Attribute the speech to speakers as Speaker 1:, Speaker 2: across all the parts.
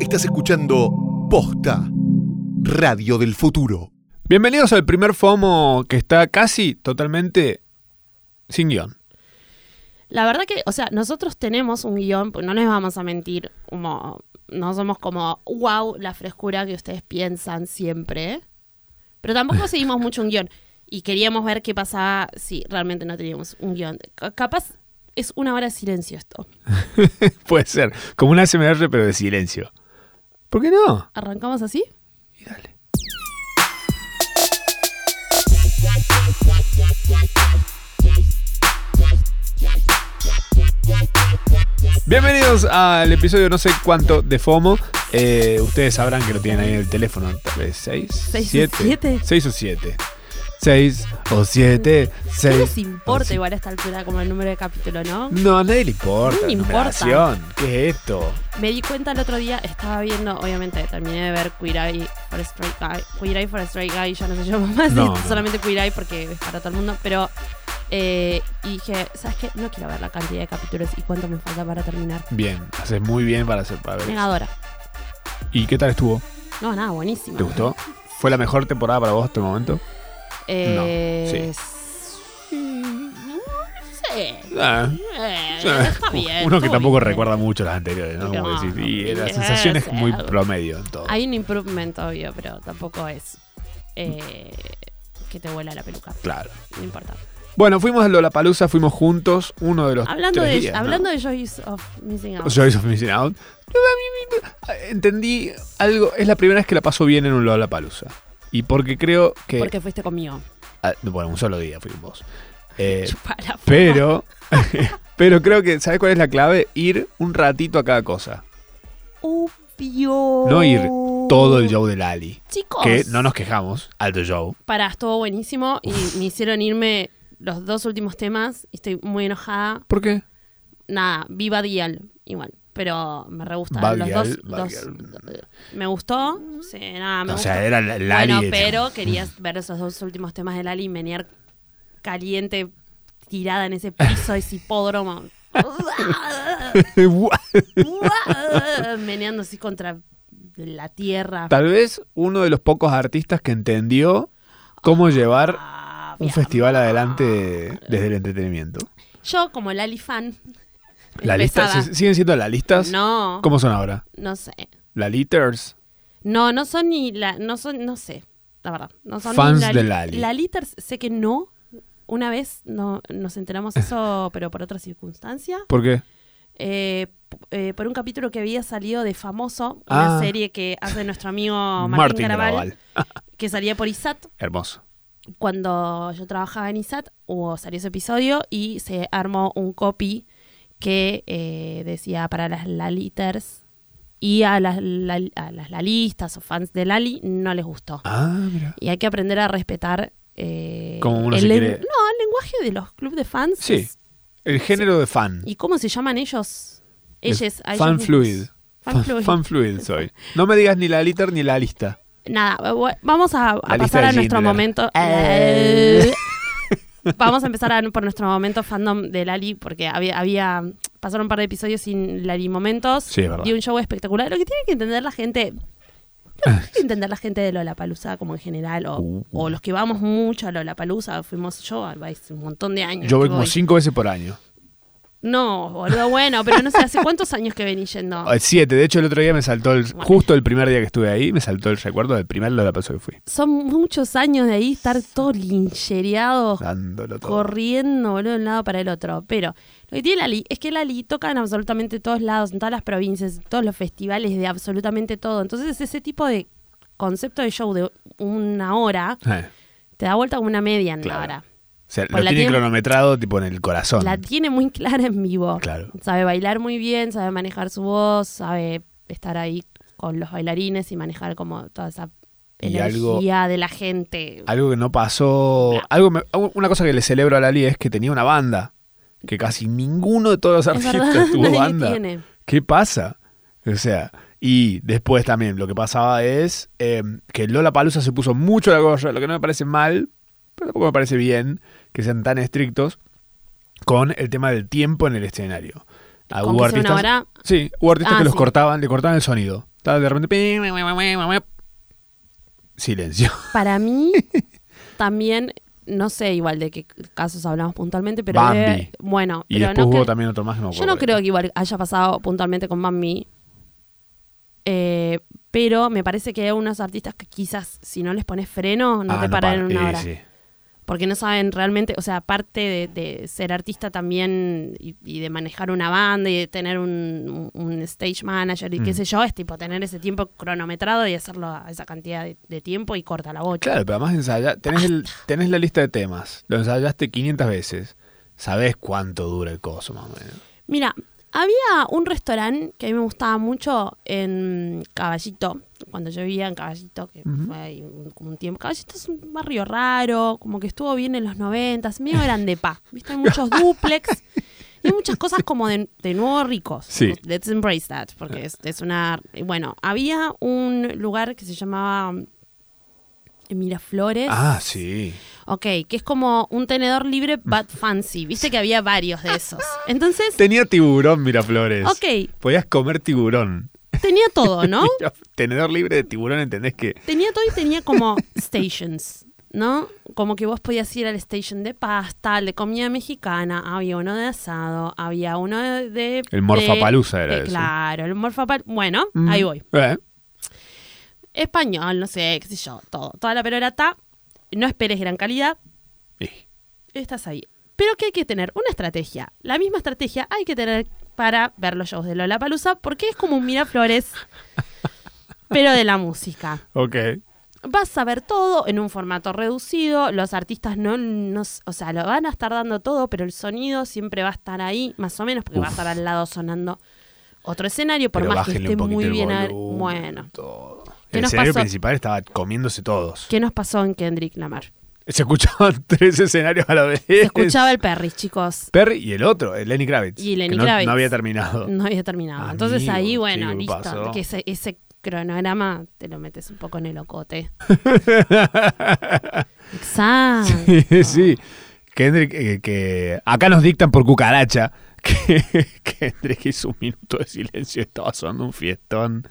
Speaker 1: Estás escuchando Posta, Radio del Futuro.
Speaker 2: Bienvenidos al primer FOMO que está casi totalmente sin guión.
Speaker 3: La verdad que, o sea, nosotros tenemos un guión, pues no les vamos a mentir, como, no somos como, wow, la frescura que ustedes piensan siempre. Pero tampoco seguimos mucho un guión. Y queríamos ver qué pasaba si realmente no teníamos un guión. C- capaz es una hora de silencio esto.
Speaker 2: Puede ser, como una SMR pero de silencio. ¿Por qué no?
Speaker 3: ¿Arrancamos así?
Speaker 2: Y dale. Bienvenidos al episodio no sé cuánto de FOMO. Eh, ustedes sabrán que lo tienen ahí en el teléfono, tal vez 6,
Speaker 3: ¿Seis o
Speaker 2: 7,
Speaker 3: siete?
Speaker 2: 6 o 7. 6 o 7, 6.
Speaker 3: ¿Qué les importa igual a esta altura como el número de capítulo, no?
Speaker 2: No, a nadie le importa.
Speaker 3: No
Speaker 2: la
Speaker 3: me importa.
Speaker 2: numeración. ¿Qué es esto?
Speaker 3: Me di cuenta el otro día, estaba viendo, obviamente terminé de ver Queer Eye for a Straight Guy. Queer Eye for a Straight Guy, ya no se llama más,
Speaker 2: No,
Speaker 3: es
Speaker 2: no.
Speaker 3: solamente Queer Eye porque es para todo el mundo, pero... eh, y dije, ¿sabes qué? No quiero ver la cantidad de capítulos y cuánto me falta para terminar.
Speaker 2: Bien, haces muy bien para hacer para ver. eso.
Speaker 3: Negadora.
Speaker 2: ¿Y qué tal estuvo?
Speaker 3: No, nada, buenísima.
Speaker 2: ¿Te gustó? ¿Fue la mejor temporada para vos hasta el momento?
Speaker 3: Eh, sí. No sé.
Speaker 2: Ah,
Speaker 3: Eh,
Speaker 2: sí.
Speaker 3: está bien.
Speaker 2: Uno que
Speaker 3: estuvo
Speaker 2: tampoco
Speaker 3: bien.
Speaker 2: recuerda mucho las anteriores, ¿no? Como
Speaker 3: No,
Speaker 2: decís, y eh, la
Speaker 3: sí,
Speaker 2: sensación es
Speaker 3: sí.
Speaker 2: muy promedio en todo.
Speaker 3: Hay un improvement, obvio, pero tampoco es eh, que te vuela la peluca.
Speaker 2: Claro.
Speaker 3: No importa.
Speaker 2: Bueno, fuimos a Lollapalooza, fuimos juntos, uno de los
Speaker 3: Hablando,
Speaker 2: tres
Speaker 3: de,
Speaker 2: días, ¿no?
Speaker 3: hablando de Joys of Missing Out.
Speaker 2: Joyce of Missing Out. Entendí algo. Es la primera vez que la paso bien en un Lollapalooza. Y porque creo que.
Speaker 3: Porque fuiste conmigo.
Speaker 2: Ah, bueno, un solo día fuimos. Eh,
Speaker 3: Chupa la puta.
Speaker 2: pero. pero creo que, ¿sabes cuál es la clave? Ir un ratito a cada cosa.
Speaker 3: Obvio.
Speaker 2: No ir Todo el show de Lali.
Speaker 3: Chicos.
Speaker 2: Que no nos quejamos. Alto show.
Speaker 3: Pará, estuvo buenísimo y me hicieron irme los dos últimos temas y estoy muy enojada.
Speaker 2: ¿Por qué?
Speaker 3: nada, viva Dial igual. Pero me re gusta.
Speaker 2: Bad
Speaker 3: Los
Speaker 2: Gyal,
Speaker 3: dos,
Speaker 2: Bad
Speaker 3: los-
Speaker 2: Gyal.
Speaker 3: me gustó. Sí, nada, me
Speaker 2: o
Speaker 3: gustó.
Speaker 2: sea, era la- Lali.
Speaker 3: bueno,
Speaker 2: hecha.
Speaker 3: pero querías ver esos dos últimos temas de Lali y venir caliente, tirada en ese piso de ese hipódromo.
Speaker 2: What?
Speaker 3: Meneando así contra la tierra.
Speaker 2: Tal vez uno de los pocos artistas que entendió cómo llevar
Speaker 3: Ah,
Speaker 2: un
Speaker 3: bien.
Speaker 2: festival adelante desde el entretenimiento.
Speaker 3: Yo, como Lali fan.
Speaker 2: ¿La lista?
Speaker 3: empezaba.
Speaker 2: ¿sig- ¿Siguen siendo las listas?
Speaker 3: No,
Speaker 2: ¿Cómo son ahora?
Speaker 3: no sé.
Speaker 2: ¿La liters?
Speaker 3: No, no son ni la, no son, no sé, la verdad, no son ni
Speaker 2: Fans
Speaker 3: la-
Speaker 2: de Lali.
Speaker 3: La Liters, sé que no. Una vez no, nos enteramos eso, pero por otra circunstancia.
Speaker 2: ¿Por qué?
Speaker 3: Eh, p- eh, por un capítulo que había salido de Famoso,
Speaker 2: Ah.
Speaker 3: una serie que hace nuestro amigo Martín,
Speaker 2: Martín
Speaker 3: Garabal,
Speaker 2: Garabal.
Speaker 3: que salía por ISAT.
Speaker 2: Hermoso.
Speaker 3: Cuando yo trabajaba en ISAT, hubo, salió ese episodio y se armó un copy que eh, decía para las Laliters y a las, lal- a las Lalistas o fans de Lali no les gustó.
Speaker 2: Ah, mira.
Speaker 3: Y hay que aprender a respetar. eh,
Speaker 2: Como uno
Speaker 3: el
Speaker 2: se
Speaker 3: len-
Speaker 2: quiere-
Speaker 3: No, el lenguaje de los clubes de fans.
Speaker 2: Sí.
Speaker 3: es-
Speaker 2: El género de fan.
Speaker 3: ¿Y cómo se llaman ellos?
Speaker 2: Es
Speaker 3: Ellos.
Speaker 2: fan
Speaker 3: a ellos mismos.
Speaker 2: fluid.
Speaker 3: Fan fluid.
Speaker 2: Fan fluid soy. No me digas ni la liter ni la lista.
Speaker 3: Nada, bu- vamos a, a
Speaker 2: La lista
Speaker 3: pasar
Speaker 2: de
Speaker 3: a nuestro
Speaker 2: Schindler.
Speaker 3: momento.
Speaker 2: Eh.
Speaker 3: vamos a empezar a- por nuestro momento fandom de Lali, porque había, había pasaron un par de episodios sin Lali momentos.
Speaker 2: Sí, es verdad.
Speaker 3: Y un show espectacular. Lo que tiene que entender la gente. lo que tiene que entender la gente de Lollapalooza como en general, o,
Speaker 2: Uh.
Speaker 3: o los que vamos mucho a Lollapalooza, fuimos yo hace un montón de años.
Speaker 2: Yo voy
Speaker 3: que
Speaker 2: como cinco veces por año.
Speaker 3: No, boludo, bueno, pero no sé, ¿hace cuántos años que venís yendo?
Speaker 2: El siete. De hecho, el otro día me saltó el.
Speaker 3: Bueno.
Speaker 2: Justo el primer día que estuve ahí, me saltó el recuerdo del primer Lollapalooza que fui.
Speaker 3: Son muchos años de ahí estar todos linchereados,
Speaker 2: Dándolo todo.
Speaker 3: corriendo, boludo, de un lado para el otro. Pero lo que tiene Lali es que Lali toca en absolutamente todos lados, en todas las provincias, en todos los festivales, de absolutamente todo. Entonces ese tipo de concepto de show de una hora
Speaker 2: Eh.
Speaker 3: te da vuelta como una media en
Speaker 2: Claro.
Speaker 3: la hora.
Speaker 2: O sea,
Speaker 3: Pues
Speaker 2: lo
Speaker 3: la
Speaker 2: tiene
Speaker 3: tiene-
Speaker 2: cronometrado tipo en el corazón.
Speaker 3: La tiene muy clara en vivo.
Speaker 2: Claro.
Speaker 3: Sabe bailar muy bien, sabe manejar su voz, sabe estar ahí con los bailarines y manejar como toda esa
Speaker 2: Y
Speaker 3: energía
Speaker 2: algo-
Speaker 3: de la gente.
Speaker 2: Algo que no pasó. Algo me- una cosa que le celebro a Lali es que tenía una banda. Que casi ninguno de todos los
Speaker 3: Es
Speaker 2: artistas
Speaker 3: verdad,
Speaker 2: tuvo
Speaker 3: nadie
Speaker 2: banda.
Speaker 3: tiene.
Speaker 2: ¿Qué pasa? O sea, y después también lo que pasaba es eh, que Lola Palusa se puso mucho la gorra, lo que no me parece mal, pero tampoco me parece bien que sean tan estrictos con el tema del tiempo en el escenario. Ah,
Speaker 3: Con que sea una hora-
Speaker 2: sí, hubo artistas
Speaker 3: Ah,
Speaker 2: que los
Speaker 3: sí.
Speaker 2: cortaban, le cortaban el sonido. Estaba de repente. Silencio.
Speaker 3: Para mí, también, no sé igual de qué casos hablamos puntualmente, pero
Speaker 2: Bambi.
Speaker 3: eh, bueno,
Speaker 2: Y
Speaker 3: pero
Speaker 2: después
Speaker 3: no
Speaker 2: hubo
Speaker 3: cre-
Speaker 2: también otro más. que No me
Speaker 3: yo no
Speaker 2: acuerdo.
Speaker 3: creo que igual haya pasado puntualmente con Bambi. Eh, pero me parece que hay unos artistas que quizás si no les pones freno, no
Speaker 2: Ah,
Speaker 3: te paran
Speaker 2: para-
Speaker 3: en una
Speaker 2: eh,
Speaker 3: hora.
Speaker 2: sí.
Speaker 3: Porque no saben realmente, o sea, aparte de, de ser artista también y, y de manejar una banda y de tener un, un stage manager y qué
Speaker 2: Mm.
Speaker 3: sé yo, es tipo tener ese tiempo cronometrado y hacerlo a esa cantidad de, de tiempo y corta la bocha.
Speaker 2: Claro, pero además ensaya- tenés, el- tenés la lista de temas. Lo ensayaste 500 veces. Sabés cuánto dura el coso, más o menos.
Speaker 3: Mira, había un restaurante que a mí me gustaba mucho en Caballito, cuando yo vivía en Caballito, que
Speaker 2: Ujú.
Speaker 3: fue ahí un, como un tiempo. Caballito es un barrio raro, como que estuvo bien en los noventas, medio grande pa. ¿Viste? Hay muchos duplex. Y hay muchas cosas como de, de nuevo ricos.
Speaker 2: Sí. Ah.
Speaker 3: Let's embrace that, porque es, es una... Bueno, había un lugar que se llamaba mm, Miraflores.
Speaker 2: Ah, sí.
Speaker 3: Ok, que es como un tenedor libre but
Speaker 2: Mm.
Speaker 3: fancy. Viste que había varios de esos. Entonces,
Speaker 2: Tenía tiburón, Miraflores.
Speaker 3: Ok.
Speaker 2: Podías comer tiburón.
Speaker 3: tenía todo, ¿no?
Speaker 2: Tenedor libre de tiburón, ¿entendés que?
Speaker 3: Tenía todo y tenía como stations, ¿no? Como que vos podías ir al station de pasta, al de comida mexicana, había uno de asado, había uno de... de-
Speaker 2: El Morfapalooza
Speaker 3: de-
Speaker 2: era eso.
Speaker 3: Claro, el morfapal... Bueno, ahí voy.
Speaker 2: Eh,
Speaker 3: Español, no sé, qué sé yo, todo. Toda la perorata, no esperes gran calidad,
Speaker 2: y
Speaker 3: estás ahí. Pero que hay que tener una estrategia. La misma estrategia hay que tener para ver los shows de Lola Palusa, porque es como un Miraflores, pero de la música.
Speaker 2: Ok.
Speaker 3: vas a ver todo en un formato reducido, los artistas no, no- o sea, lo van a estar dando todo, pero el sonido siempre va a estar ahí, más o menos, porque va a
Speaker 2: Uf.
Speaker 3: estar al lado sonando otro escenario, por
Speaker 2: Pero
Speaker 3: más que
Speaker 2: bájenle
Speaker 3: esté
Speaker 2: un poquito
Speaker 3: muy
Speaker 2: el
Speaker 3: bien. a-
Speaker 2: volumen,
Speaker 3: Bueno,
Speaker 2: todo.
Speaker 3: ¿Qué
Speaker 2: El
Speaker 3: nos
Speaker 2: escenario
Speaker 3: pasó?
Speaker 2: principal estaba comiéndose todos.
Speaker 3: ¿qué nos pasó en Kendrick Lamar?
Speaker 2: Se escuchaban tres escenarios a la vez.
Speaker 3: Se escuchaba el Perry, chicos.
Speaker 2: Perry y el otro, el Lenny Kravitz.
Speaker 3: Y Lenny
Speaker 2: que no,
Speaker 3: Kravitz.
Speaker 2: No había terminado.
Speaker 3: No había terminado.
Speaker 2: Amigo,
Speaker 3: Entonces ahí,
Speaker 2: chico,
Speaker 3: bueno,
Speaker 2: ¿qué
Speaker 3: listo.
Speaker 2: pasó?
Speaker 3: Que ese, ese cronograma te lo metes un poco en el ocote. Exacto.
Speaker 2: Sí, sí. Kendrick, eh, que acá nos dictan por cucaracha que Kendrick hizo un minuto de silencio y estaba sonando un fiestón.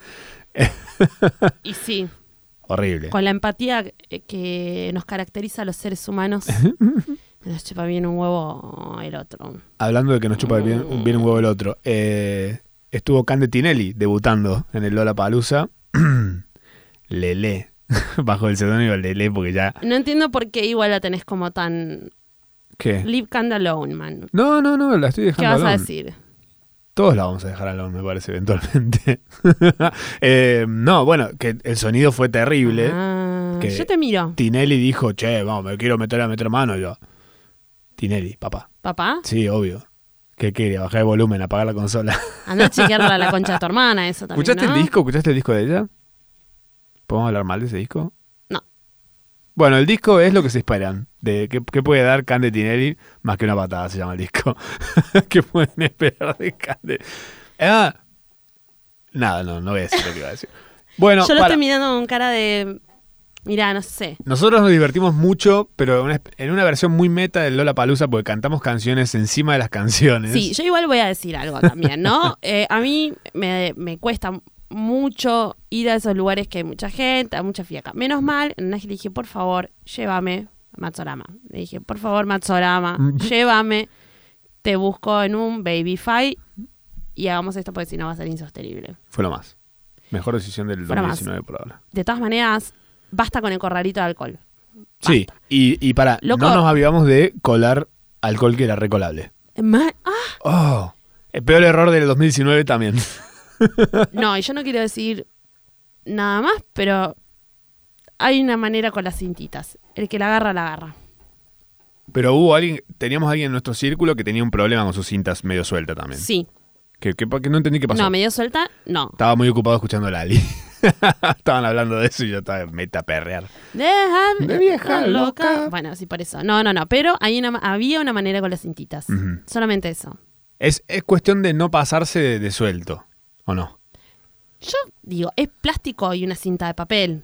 Speaker 3: Y sí,
Speaker 2: Horrible.
Speaker 3: con la empatía eh, que nos caracteriza a los seres humanos, nos chupa bien un huevo el otro.
Speaker 2: Hablando de que nos chupa bien, bien un huevo el otro, eh, estuvo Cande Tinelli debutando en el Lola Palusa. Lele, bajo el seudónimo Lele, porque ya.
Speaker 3: No entiendo por qué igual la tenés como tan...
Speaker 2: ¿Qué?
Speaker 3: Live Candle Alone, man.
Speaker 2: No, no, no, la estoy
Speaker 3: ¿Qué
Speaker 2: dejando
Speaker 3: vas a
Speaker 2: alone.
Speaker 3: decir?
Speaker 2: Todos la vamos a dejar alone, me parece, eventualmente. Eh, no, bueno, que el sonido fue terrible.
Speaker 3: Ah,
Speaker 2: que-
Speaker 3: Yo te miro,
Speaker 2: Tinelli dijo, che, vamos, me quiero meter a meter mano yo. Tinelli, papá.
Speaker 3: papá.
Speaker 2: Sí, obvio. ¿Qué quería? Bajar el volumen, apagar la consola.
Speaker 3: Andá a chequearla a la concha de tu hermana, eso también,
Speaker 2: ¿Escuchaste
Speaker 3: ¿no?
Speaker 2: el disco? ¿Escuchaste el disco de ella? ¿Podemos hablar mal de ese disco?
Speaker 3: No.
Speaker 2: Bueno, el disco es lo que se esperan. De qué, qué puede dar Cande Tinelli más que una patada se llama el disco. ¿Qué pueden esperar de Cande? Ah, nada, no, no voy a decir lo que iba a decir. Bueno,
Speaker 3: Yo lo
Speaker 2: para.
Speaker 3: estoy mirando con cara de... Mirá, no sé.
Speaker 2: Nosotros nos divertimos mucho, pero en una, en una versión muy meta de Lola Palusa, porque cantamos canciones encima de las canciones.
Speaker 3: Sí, yo igual voy a decir algo también, ¿no? Eh, a mí me, me cuesta mucho ir a esos lugares que hay mucha gente, hay mucha fiaca. Menos mal, en una le dije, por favor, llévame a Matsorama. Le dije, por favor, Matsorama, llévame, te busco en un baby fight y hagamos esto porque si no va a ser insostenible.
Speaker 2: Fue lo más. Mejor decisión del
Speaker 3: Fue lo más.
Speaker 2: 2019 por ahora.
Speaker 3: De todas maneras, basta con el corralito de alcohol.
Speaker 2: Sí, y, y para,
Speaker 3: Loco.
Speaker 2: no nos avivamos de colar alcohol que era recolable.
Speaker 3: Ma- ah,
Speaker 2: Oh, el peor error del 2019 también.
Speaker 3: No, y yo no quiero decir nada más, pero hay una manera con las cintitas. El que la agarra, la agarra.
Speaker 2: Pero hubo alguien, teníamos alguien en nuestro círculo que tenía un problema con sus cintas medio suelta también.
Speaker 3: Sí.
Speaker 2: Que, que- que no entendí qué pasó.
Speaker 3: No, medio suelta, no.
Speaker 2: Estaba muy ocupado escuchando a Lali. Estaban hablando de eso y yo estaba meta a perrear.
Speaker 3: Déjame.
Speaker 2: De vieja loca.
Speaker 3: Bueno, sí, por eso. No, no, no. Pero hay una, ma- había una manera con las cintitas.
Speaker 2: Ujú.
Speaker 3: Solamente eso.
Speaker 2: Es, es cuestión de no pasarse de, de suelto, ¿o no?
Speaker 3: Yo digo, es plástico y una cinta de papel.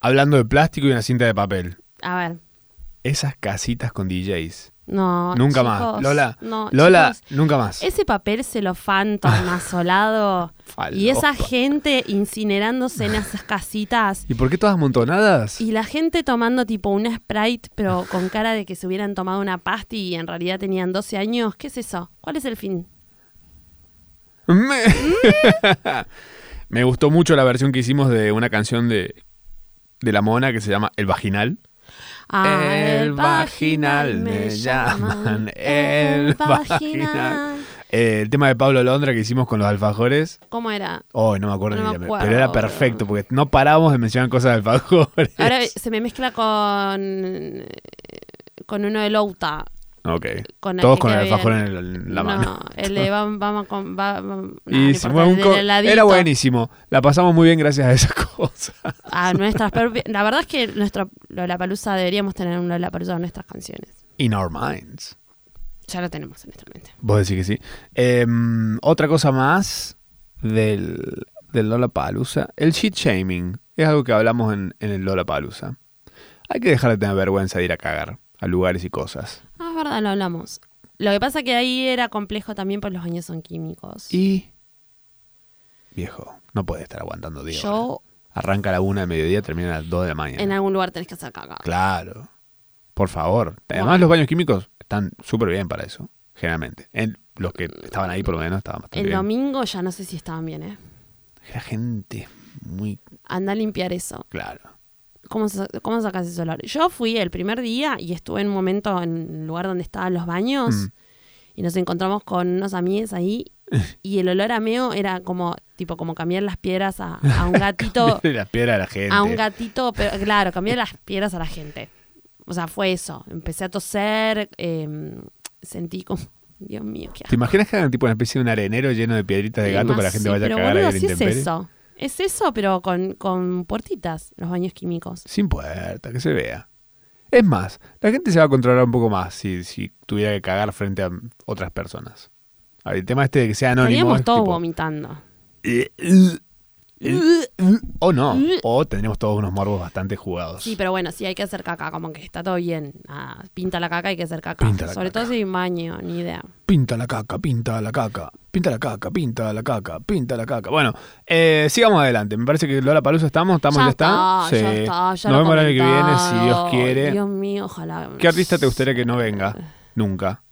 Speaker 2: Hablando de plástico y una cinta de papel.
Speaker 3: A ver.
Speaker 2: Esas casitas con DJs
Speaker 3: No,
Speaker 2: Nunca
Speaker 3: chicos,
Speaker 2: más. Lola.
Speaker 3: no,
Speaker 2: Lola,
Speaker 3: chicos,
Speaker 2: nunca más.
Speaker 3: ese papel celofán tornasolado y esa
Speaker 2: Falopa.
Speaker 3: gente incinerándose en esas casitas
Speaker 2: ¿Y por qué todas amontonadas?
Speaker 3: y la gente tomando tipo una Sprite pero con cara de que se hubieran tomado una pasti y en realidad tenían 12 años. ¿Qué es eso? ¿Cuál es el fin?
Speaker 2: Me... Me gustó mucho la versión que hicimos de una canción de, de la mona que se llama El Vaginal.
Speaker 3: Ah,
Speaker 2: El vaginal me llaman, el vaginal. Eh, el tema de Pablo Londra que hicimos con los alfajores.
Speaker 3: ¿Cómo era?
Speaker 2: Oh, no me acuerdo
Speaker 3: No
Speaker 2: ni
Speaker 3: me
Speaker 2: la- Pero era
Speaker 3: acuerdo.
Speaker 2: perfecto porque no parábamos de mencionar cosas de alfajores.
Speaker 3: Ahora se me mezcla con con uno de Louta.
Speaker 2: Ok.
Speaker 3: Con el
Speaker 2: Todos
Speaker 3: que
Speaker 2: con el
Speaker 3: queda bien.
Speaker 2: alfajor en, el- en la mano.
Speaker 3: No, el de vamos, vamos con... va- va- no, no
Speaker 2: Y
Speaker 3: importa,
Speaker 2: fue un
Speaker 3: el
Speaker 2: co-
Speaker 3: del heladito.
Speaker 2: era buenísimo. La pasamos muy bien gracias a esas cosas.
Speaker 3: A nuestras propias- La verdad es que nuestro Lollapalooza deberíamos tener un Lollapalooza de nuestras canciones.
Speaker 2: In our minds.
Speaker 3: Ya lo tenemos en nuestra mente.
Speaker 2: Vos decís que sí. Em, otra cosa más del, del Lollapalooza. El shit shaming. Es algo que hablamos en, en el Lollapalooza. Hay que dejar de tener vergüenza de ir a cagar a lugares y cosas.
Speaker 3: Ah, es verdad, lo hablamos. Lo que pasa que ahí era complejo también por los años son químicos.
Speaker 2: Y... Viejo, no puedes estar aguantando diez horas.
Speaker 3: Yo
Speaker 2: Arranca a la una de mediodía, termina a las dos de la mañana.
Speaker 3: en algún lugar tenés que hacer caca.
Speaker 2: Claro. Por favor. Además,
Speaker 3: Bueno.
Speaker 2: los baños químicos están súper bien para eso, generalmente. En- los que estaban ahí, por lo menos, estaban bastante
Speaker 3: El
Speaker 2: bien.
Speaker 3: domingo ya no sé si estaban bien, ¿eh?
Speaker 2: La gente es muy
Speaker 3: Anda a limpiar eso.
Speaker 2: claro.
Speaker 3: ¿Cómo, sa- cómo sacas ese olor? Yo fui el primer día y estuve en un momento en un lugar donde estaban los baños
Speaker 2: Mm.
Speaker 3: y nos encontramos con unos amigues ahí y el olor a meo era como tipo como cambiar las piedras a, a un gatito
Speaker 2: Cambiarle las piedras a la gente.
Speaker 3: a un gatito pero claro cambiar las piedras a la gente o sea fue eso empecé a toser eh, sentí como Dios mío qué
Speaker 2: ¿Te
Speaker 3: asco.
Speaker 2: imaginas que hagan tipo una especie de un arenero lleno de piedritas de gato para que la
Speaker 3: Más-
Speaker 2: gente
Speaker 3: sí,
Speaker 2: vaya a
Speaker 3: pero
Speaker 2: cagar
Speaker 3: boludo,
Speaker 2: a la
Speaker 3: sí es
Speaker 2: intemperie?
Speaker 3: eso es eso pero con con puertitas los baños químicos
Speaker 2: Sin puerta, que se vea. Es más, la gente se va a controlar un poco más si, si tuviera que cagar frente a otras personas. A ver, el tema este de que sea anónimo.
Speaker 3: Teníamos
Speaker 2: es
Speaker 3: todos
Speaker 2: tipo,
Speaker 3: vomitando
Speaker 2: O no, o tendremos todos unos morbos bastante jugados.
Speaker 3: Sí, pero bueno, sí hay que hacer caca, como que está todo bien. Nada, pinta la caca, hay que hacer caca.
Speaker 2: Pinta la
Speaker 3: Sobre
Speaker 2: caca.
Speaker 3: todo si hay un baño, ni idea.
Speaker 2: Pinta la caca, pinta la caca, pinta la caca, pinta la caca, pinta la caca. Bueno, eh, sigamos adelante. Me parece que Lola Palusa estamos, estamos,
Speaker 3: ya,
Speaker 2: ya
Speaker 3: está,
Speaker 2: está. Sí.
Speaker 3: ya está, ya
Speaker 2: Nos
Speaker 3: lo
Speaker 2: vemos el año que viene, si Dios
Speaker 3: comentado.
Speaker 2: quiere.
Speaker 3: Dios mío, ojalá.
Speaker 2: ¿Qué artista te gustaría que no venga? Nunca.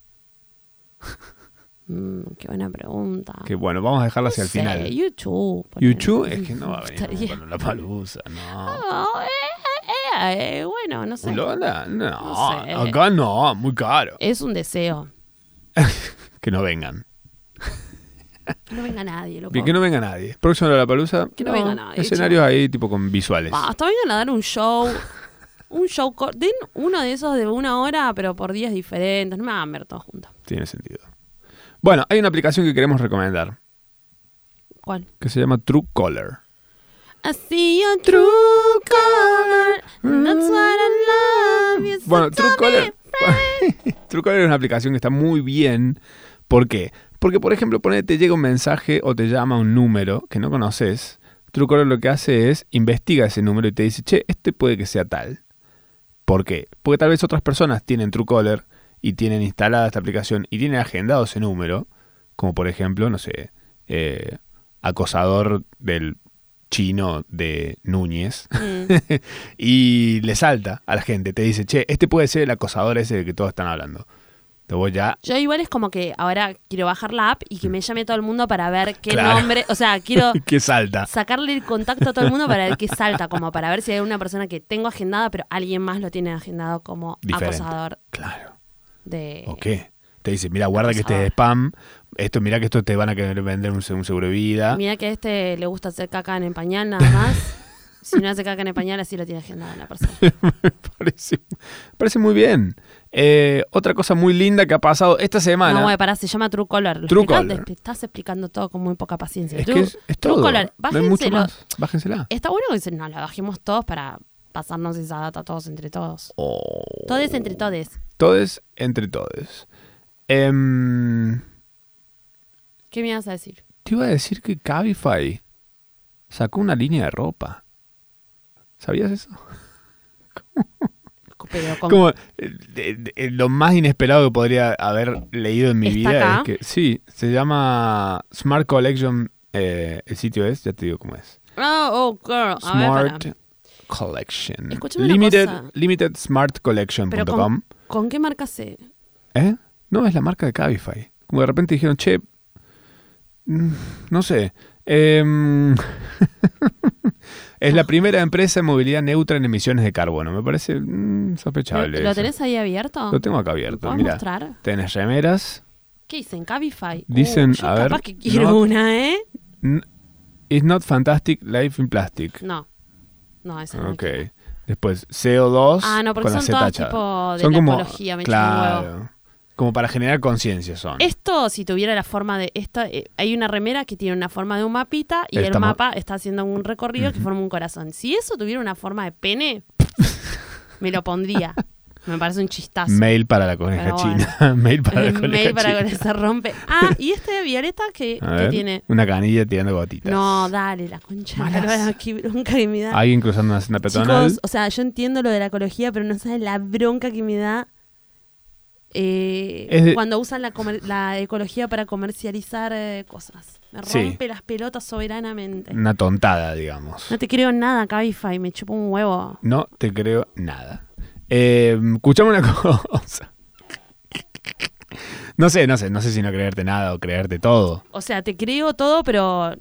Speaker 3: Mm, qué buena pregunta.
Speaker 2: Que bueno, vamos a dejarla
Speaker 3: No
Speaker 2: hacia el
Speaker 3: sé,
Speaker 2: final.
Speaker 3: YouTube. ponele.
Speaker 2: Yuchu es que no va a venir
Speaker 3: Estaría-
Speaker 2: con Lola Palusa, no.
Speaker 3: No, eh, eh, eh, eh, bueno, no sé.
Speaker 2: Lola, no,
Speaker 3: No sé.
Speaker 2: acá no, muy caro.
Speaker 3: Es un deseo.
Speaker 2: Que no vengan.
Speaker 3: Que no venga nadie, loco.
Speaker 2: Bien, que no venga nadie. Próximo a la palusa.
Speaker 3: Que no venga nadie,
Speaker 2: Escenarios ahí tipo con visuales.
Speaker 3: Hasta vengan a dar un show. Un show cor- Den uno de esos de una hora, pero por días diferentes. No me hagan ver todos juntos.
Speaker 2: Tiene sentido. Bueno, hay una aplicación que queremos recomendar
Speaker 3: ¿Cuál?
Speaker 2: que se llama Truecaller.
Speaker 3: I see your true color. That's what I love. you so
Speaker 2: Bueno,
Speaker 3: tell me.
Speaker 2: Truecaller. Truecaller es una aplicación que está muy bien. ¿Por qué? Porque, por ejemplo, ponele, te llega un mensaje o te llama un número que no conoces. Truecaller lo que hace es investiga ese número y te dice, che, este puede que sea tal. ¿Por qué? Porque tal vez otras personas tienen Truecaller y tienen instalada esta aplicación y tienen agendado ese número, como por ejemplo, no sé, eh, acosador del chino de Núñez, y le salta a la gente, te dice, che, este puede ser el acosador ese del que todos están hablando. Entonces vos ya...
Speaker 3: Yo igual es como que ahora quiero bajar la app y que me llame todo el mundo para ver qué
Speaker 2: Claro.
Speaker 3: nombre, o sea, quiero
Speaker 2: que salta.
Speaker 3: sacarle el contacto a todo el mundo para ver qué salta, como para ver si hay una persona que tengo agendada, pero alguien más lo tiene agendado como
Speaker 2: Diferente.
Speaker 3: acosador
Speaker 2: Claro.
Speaker 3: de...
Speaker 2: ¿O qué? Te dice, mira, guarda que este es spam, esto, mira que esto te van a querer vender un, un seguro de vida.
Speaker 3: Mira que a este le gusta hacer caca en el pañal nada más. si no hace caca en el pañal, así lo tiene agendada la persona.
Speaker 2: me, parece, me parece muy bien. Eh, otra cosa muy linda que ha pasado esta semana.
Speaker 3: No, bueno, pará, se llama True Color. Lo
Speaker 2: Ah, True
Speaker 3: explicás-
Speaker 2: Color.
Speaker 3: te Estás explicando todo con muy poca paciencia.
Speaker 2: es
Speaker 3: True-
Speaker 2: que es, es
Speaker 3: True
Speaker 2: todo.
Speaker 3: Color,
Speaker 2: no hay mucho
Speaker 3: bájenselo.
Speaker 2: más. Bájensela.
Speaker 3: Está bueno que se- nos la bajemos todos para pasarnos esa data todos entre todos.
Speaker 2: Oh.
Speaker 3: Todes entre todes.
Speaker 2: Todes entre todes. Em,
Speaker 3: ¿Qué me ibas a decir?
Speaker 2: Te iba a decir que Cabify sacó una línea de ropa. ¿Sabías eso?
Speaker 3: pero con-
Speaker 2: Como eh, eh, eh, lo más inesperado que podría haber leído en mi
Speaker 3: ¿Está
Speaker 2: vida
Speaker 3: acá?
Speaker 2: es que sí, se llama Smart Collection, eh, el sitio es, ya te digo cómo es.
Speaker 3: Ah, oh, girl. A ver, pará.
Speaker 2: Smart Collection.
Speaker 3: Escúchame una
Speaker 2: Limited,
Speaker 3: cosa.
Speaker 2: limited Smart
Speaker 3: Pero
Speaker 2: Collection.com.
Speaker 3: con, ¿con qué marca se?
Speaker 2: ¿Eh? No, es la marca de Cabify. Como de repente dijeron, che, mm, no sé. em, es la primera empresa en movilidad neutra en emisiones de carbono. Me parece mm, sospechable.
Speaker 3: ¿Lo, ¿Eh? lo
Speaker 2: eso.
Speaker 3: tenés ahí abierto?
Speaker 2: Lo tengo acá
Speaker 3: ¿Me
Speaker 2: abierto.
Speaker 3: podés
Speaker 2: Mira,
Speaker 3: mostrar?
Speaker 2: tenés remeras.
Speaker 3: ¿Qué dicen? Cabify. Uh,
Speaker 2: Dicen,
Speaker 3: yo
Speaker 2: a ver,
Speaker 3: capaz que quiero
Speaker 2: no-
Speaker 3: una, ¿eh?
Speaker 2: N- It's not fantastic, life in plastic.
Speaker 3: No. No, esa este, no.
Speaker 2: ok.
Speaker 3: quiero.
Speaker 2: Después, CO2.
Speaker 3: Ah, no, porque
Speaker 2: con la
Speaker 3: son
Speaker 2: Z
Speaker 3: todas
Speaker 2: tachada.
Speaker 3: tipo de
Speaker 2: Son
Speaker 3: la
Speaker 2: como,
Speaker 3: ecología, me chupa un huevo.
Speaker 2: Claro. Como para generar conciencia son.
Speaker 3: Esto, si tuviera la forma de esta, eh, hay una remera que tiene una forma de un mapita y el
Speaker 2: Estamos-
Speaker 3: mapa está haciendo un recorrido que forma un corazón. Si eso tuviera una forma de pene, me lo pondría. Me parece un chistazo.
Speaker 2: Mail para la coneja
Speaker 3: Pero bueno.
Speaker 2: china. Mail para la coneja
Speaker 3: Mail para
Speaker 2: china.
Speaker 3: que se rompe. Ah, y este de Violeta que,
Speaker 2: A
Speaker 3: que
Speaker 2: ver,
Speaker 3: tiene.
Speaker 2: Una canilla tirando gotitas.
Speaker 3: No, dale, la concha. de la
Speaker 2: Malas.
Speaker 3: lora, qué bronca que me da.
Speaker 2: Alguien cruzando una senda peatonal.
Speaker 3: Chicos, o sea, yo entiendo lo de la ecología, pero no sabes la bronca que me da eh,
Speaker 2: Es de-
Speaker 3: cuando usan la, comer- la ecología para comercializar eh, cosas. Me
Speaker 2: Sí.
Speaker 3: rompe las pelotas soberanamente.
Speaker 2: Una tontada, digamos.
Speaker 3: No te creo nada, Cabify, me chupo un huevo.
Speaker 2: No te creo nada. Eh, escuchame una cosa. No sé, no sé, no sé si no creerte nada o creerte todo.
Speaker 3: O sea, te creo todo, pero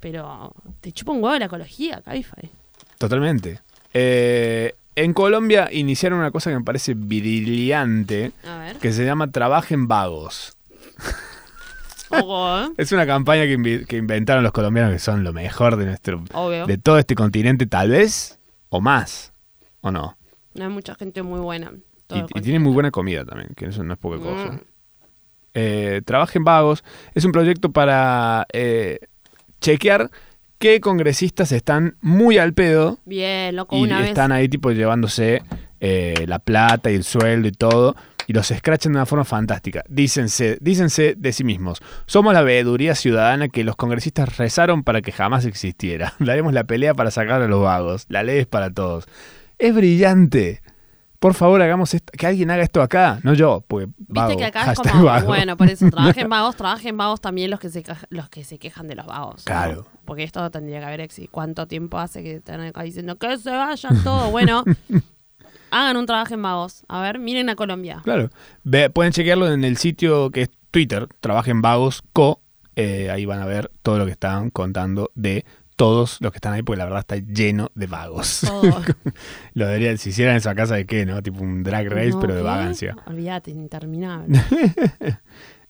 Speaker 3: pero te chupo un huevo la ecología, Cabify.
Speaker 2: Totalmente. Eh, en Colombia iniciaron una cosa que me parece brillante,
Speaker 3: A ver.
Speaker 2: que se llama Trabajen Vagos.
Speaker 3: Ojo, ¿eh?
Speaker 2: Es una campaña que, invi- que inventaron los colombianos que son lo mejor de nuestro,
Speaker 3: Obvio.
Speaker 2: de todo este continente, tal vez, o más, o no.
Speaker 3: No hay mucha gente muy buena. Todo
Speaker 2: Y,
Speaker 3: el
Speaker 2: y tiene muy
Speaker 3: continente.
Speaker 2: buena comida también, que eso no es poca cosa.
Speaker 3: Mm.
Speaker 2: Eh, Trabajen Vagos es un proyecto para eh, chequear qué congresistas están muy al pedo
Speaker 3: Bien, loco,
Speaker 2: y
Speaker 3: una vez.
Speaker 2: están ahí tipo llevándose eh, la plata y el sueldo y todo. Y los escrachan de una forma fantástica. Dícense, dícense de sí mismos. Somos la veeduría ciudadana que los congresistas rezaron para que jamás existiera. Daremos la pelea para sacar a los vagos. La ley es para todos. Es brillante. Por favor, hagamos esto. Que alguien haga esto acá. No yo, porque
Speaker 3: Viste
Speaker 2: vago.
Speaker 3: que acá es
Speaker 2: Hashtag
Speaker 3: como,
Speaker 2: vago.
Speaker 3: bueno, por eso, trabajen vagos, trabajen vagos también los que se, ca- los que se quejan de los vagos. ¿no?
Speaker 2: Claro.
Speaker 3: Porque esto tendría que haber existido. ¿Cuánto tiempo hace que están acá diciendo que se vayan todos? Bueno, hagan un trabajo en vagos. A ver, miren a Colombia.
Speaker 2: Claro. Ve- pueden chequearlo en el sitio que es Twitter, Trabajen Vagos Co. Eh, ahí van a ver todo lo que están contando de todos los que están ahí, porque la verdad está lleno de vagos.
Speaker 3: Todo.
Speaker 2: lo deberían, si hicieran eso a casa de qué, ¿no? Tipo un drag race,
Speaker 3: No,
Speaker 2: pero de
Speaker 3: ¿qué?
Speaker 2: vagancia.
Speaker 3: Olvídate, interminable.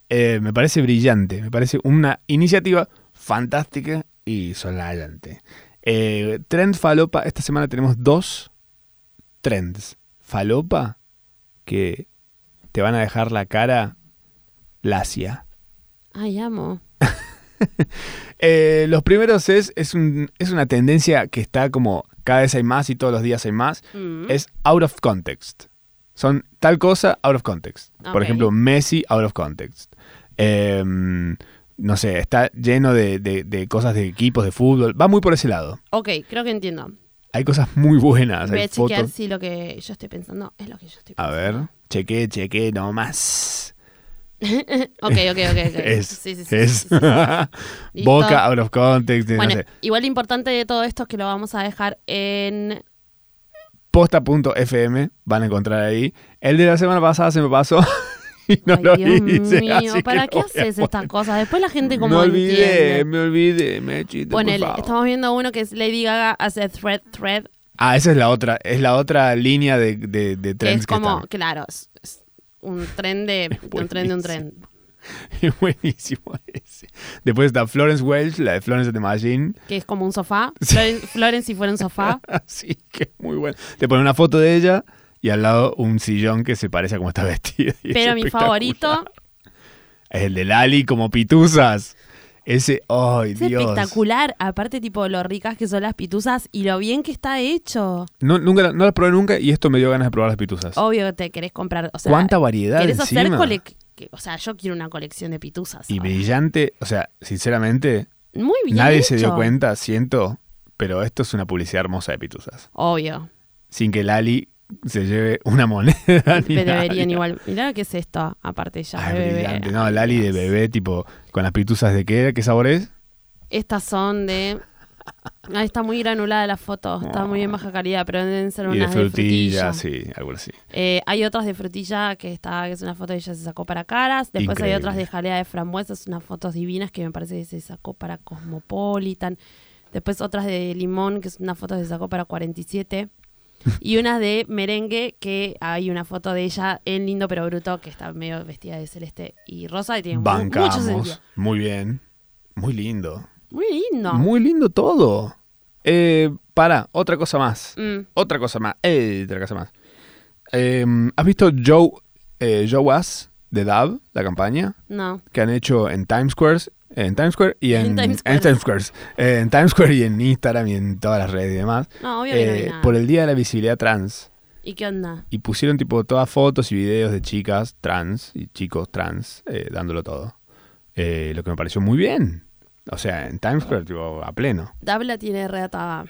Speaker 2: Eh, me parece brillante, me parece una iniciativa fantástica y sonallante. Eh, trend falopa, esta semana tenemos dos trends falopa que te van a dejar la cara lacia.
Speaker 3: Ay, amo.
Speaker 2: Eh, los primeros es, es, un- es una tendencia que está como cada vez hay más y todos los días hay más.
Speaker 3: Mm.
Speaker 2: Es out of context. Son tal cosa out of context.
Speaker 3: Ok.
Speaker 2: Por ejemplo, Messi out of context. Eh, no sé, está lleno de, de- de cosas de equipos, de fútbol. Va muy por ese lado.
Speaker 3: Ok, creo que entiendo.
Speaker 2: Hay cosas muy buenas.
Speaker 3: Voy
Speaker 2: Hay
Speaker 3: a chequear
Speaker 2: fotos.
Speaker 3: si lo que yo estoy pensando es lo que yo estoy
Speaker 2: A
Speaker 3: pensando.
Speaker 2: ver, chequé, chequé nomás.
Speaker 3: Ok, ok, ok. ok.
Speaker 2: Es,
Speaker 3: Sí, sí, sí,
Speaker 2: es.
Speaker 3: sí, sí, sí. Listo.
Speaker 2: Boca out of context. no
Speaker 3: Bueno,
Speaker 2: sé.
Speaker 3: igual lo importante de todo esto es que lo vamos a dejar en
Speaker 2: posta.fm van a encontrar ahí. El de la semana pasada se me pasó y no
Speaker 3: Ay,
Speaker 2: lo
Speaker 3: Dios
Speaker 2: hice.
Speaker 3: mío,
Speaker 2: así
Speaker 3: ¿para
Speaker 2: que voy
Speaker 3: qué
Speaker 2: a
Speaker 3: haces
Speaker 2: poner-
Speaker 3: estas cosas? Después la gente como
Speaker 2: Me olvidé,
Speaker 3: entiende.
Speaker 2: me olvidé, me chito, por
Speaker 3: Ponele,
Speaker 2: favor.
Speaker 3: estamos viendo uno que es Lady Gaga hace thread thread,
Speaker 2: Ah, esa es la otra, es la otra línea de, de, de
Speaker 3: que
Speaker 2: trends
Speaker 3: es
Speaker 2: que
Speaker 3: como,
Speaker 2: están.
Speaker 3: claro, es- es un tren de, de un tren de un tren.
Speaker 2: Es buenísimo ese. Después está Florence Welch, la de Florence and the Machine.
Speaker 3: Que es como un sofá. Floren- Florence si fuera un sofá.
Speaker 2: Así que es muy bueno. Te pone una foto de ella y al lado un sillón que se parece a cómo está vestida. y es
Speaker 3: Pero mi
Speaker 2: espectacular.
Speaker 3: favorito
Speaker 2: Es el de Lali como pituzas. Ese, ay,
Speaker 3: es
Speaker 2: Dios.
Speaker 3: espectacular. Aparte, tipo, lo ricas que son las pituzas y lo bien que está hecho.
Speaker 2: No, nunca, no las probé nunca y esto me dio ganas de probar las pituzas.
Speaker 3: Obvio que te querés comprar. O Oh, sea,
Speaker 2: ¿Cuánta variedad
Speaker 3: querés hacer
Speaker 2: encima?
Speaker 3: colec- que- O sea, yo quiero una colección de pituzas.
Speaker 2: Y
Speaker 3: ahora.
Speaker 2: brillante, o sea, sinceramente,
Speaker 3: Muy bien.
Speaker 2: nadie se dio
Speaker 3: hecho.
Speaker 2: cuenta, siento, pero esto es una publicidad hermosa de pituzas.
Speaker 3: Obvio.
Speaker 2: Sin que Lali se lleve una moneda. ni
Speaker 3: Pero
Speaker 2: nada.
Speaker 3: deberían igual. Mirá qué es esto, aparte ya
Speaker 2: Ah,
Speaker 3: de
Speaker 2: es
Speaker 3: bebé.
Speaker 2: brillante.
Speaker 3: Ay,
Speaker 2: No, Lali de
Speaker 3: Dios.
Speaker 2: bebé, tipo, con las pituzas de qué, qué sabor es.
Speaker 3: Estas son de. Ahí está muy granulada la foto, está muy en baja calidad, pero deben ser
Speaker 2: Ah. y de
Speaker 3: unas de
Speaker 2: frutilla,
Speaker 3: frutilla.
Speaker 2: sí, algo así.
Speaker 3: Eh, hay otras de frutilla que está, que es una foto que ella se sacó para caras. Después
Speaker 2: Increíble.
Speaker 3: hay otras de jalea de frambuesas, unas fotos divinas que me parece que se sacó para Cosmopolitan. Después otras de limón, que es una foto que se sacó para 47. Y unas de merengue, que hay una foto de ella en Lindo pero Bruto, que está medio vestida de celeste y rosa y tiene mu- mucho sentido.
Speaker 2: Bancamos. Muy bien. Muy lindo.
Speaker 3: Muy lindo.
Speaker 2: Muy lindo todo. Eh, para, otra cosa más.
Speaker 3: Mm.
Speaker 2: Otra cosa más. Eh, otra cosa más. Eh, ¿Has visto Joe, eh, Joe Us de Dab, la campaña?
Speaker 3: No.
Speaker 2: que han hecho en Times Squares, en Times Square y en,
Speaker 3: En Times Square.
Speaker 2: en Times Squares, eh, en Times Square y en Instagram y en todas las redes y demás,
Speaker 3: No, obvio que no hay
Speaker 2: eh,
Speaker 3: nada.
Speaker 2: por el Día de la Visibilidad Trans.
Speaker 3: ¿Y qué onda?
Speaker 2: Y pusieron tipo todas fotos y videos de chicas trans y chicos trans eh, dándolo todo. Eh, lo que me pareció muy bien. O sea, en Times Square, tipo, a pleno.
Speaker 3: Dabla tiene reatada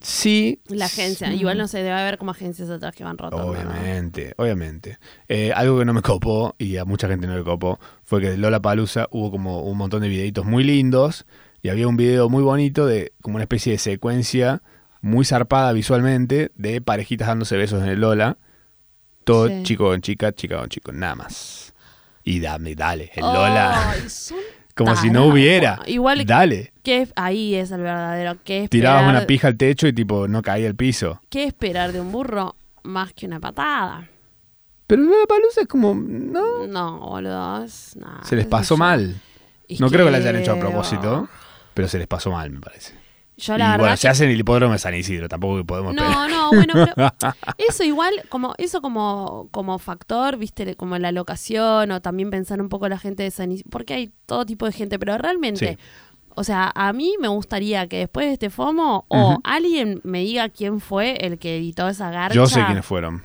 Speaker 2: Sí.
Speaker 3: la agencia.
Speaker 2: sí.
Speaker 3: Igual no sé, debe haber como agencias atrás que van rotando. ¿no?
Speaker 2: Obviamente, obviamente. Eh, algo que no me copó y a mucha gente no le copó fue que de Lola Palusa hubo como un montón de videitos muy lindos y había un video muy bonito de como una especie de secuencia muy zarpada visualmente de parejitas dándose besos en el Lola. Todo
Speaker 3: Sí.
Speaker 2: chico con chica, chica con chico, nada más. Y dame, dale, el
Speaker 3: Ay,
Speaker 2: Lola.
Speaker 3: son
Speaker 2: Como si no
Speaker 3: tarados.
Speaker 2: hubiera.
Speaker 3: Oh, Igual
Speaker 2: Dale.
Speaker 3: que es- ahí es el verdadero. ¿Qué esperar,
Speaker 2: Tirabas una pija al techo y tipo no caía al piso.
Speaker 3: ¿Qué esperar de un burro más que una patada?
Speaker 2: Pero Lola Palusa es como, no.
Speaker 3: No, boludo. es- nah,
Speaker 2: Se les
Speaker 3: Ah, qué sé
Speaker 2: pasó
Speaker 3: yo.
Speaker 2: mal.
Speaker 3: Es
Speaker 2: No creo que lo hayan hecho a propósito, pero se les pasó mal, me parece.
Speaker 3: Yo
Speaker 2: y
Speaker 3: la verdad.
Speaker 2: bueno,
Speaker 3: que-
Speaker 2: se hacen el hipódromo de San Isidro, tampoco que podemos esperar.
Speaker 3: No, no, bueno, pero eso igual, como eso como, como factor, viste, como la locación o también pensar un poco la gente de San Is- porque hay todo tipo de gente, pero realmente,
Speaker 2: Sí.
Speaker 3: o sea, a mí me gustaría que después de este FOMO o alguien me diga quién fue el que editó esa garcha.
Speaker 2: Yo sé quiénes fueron.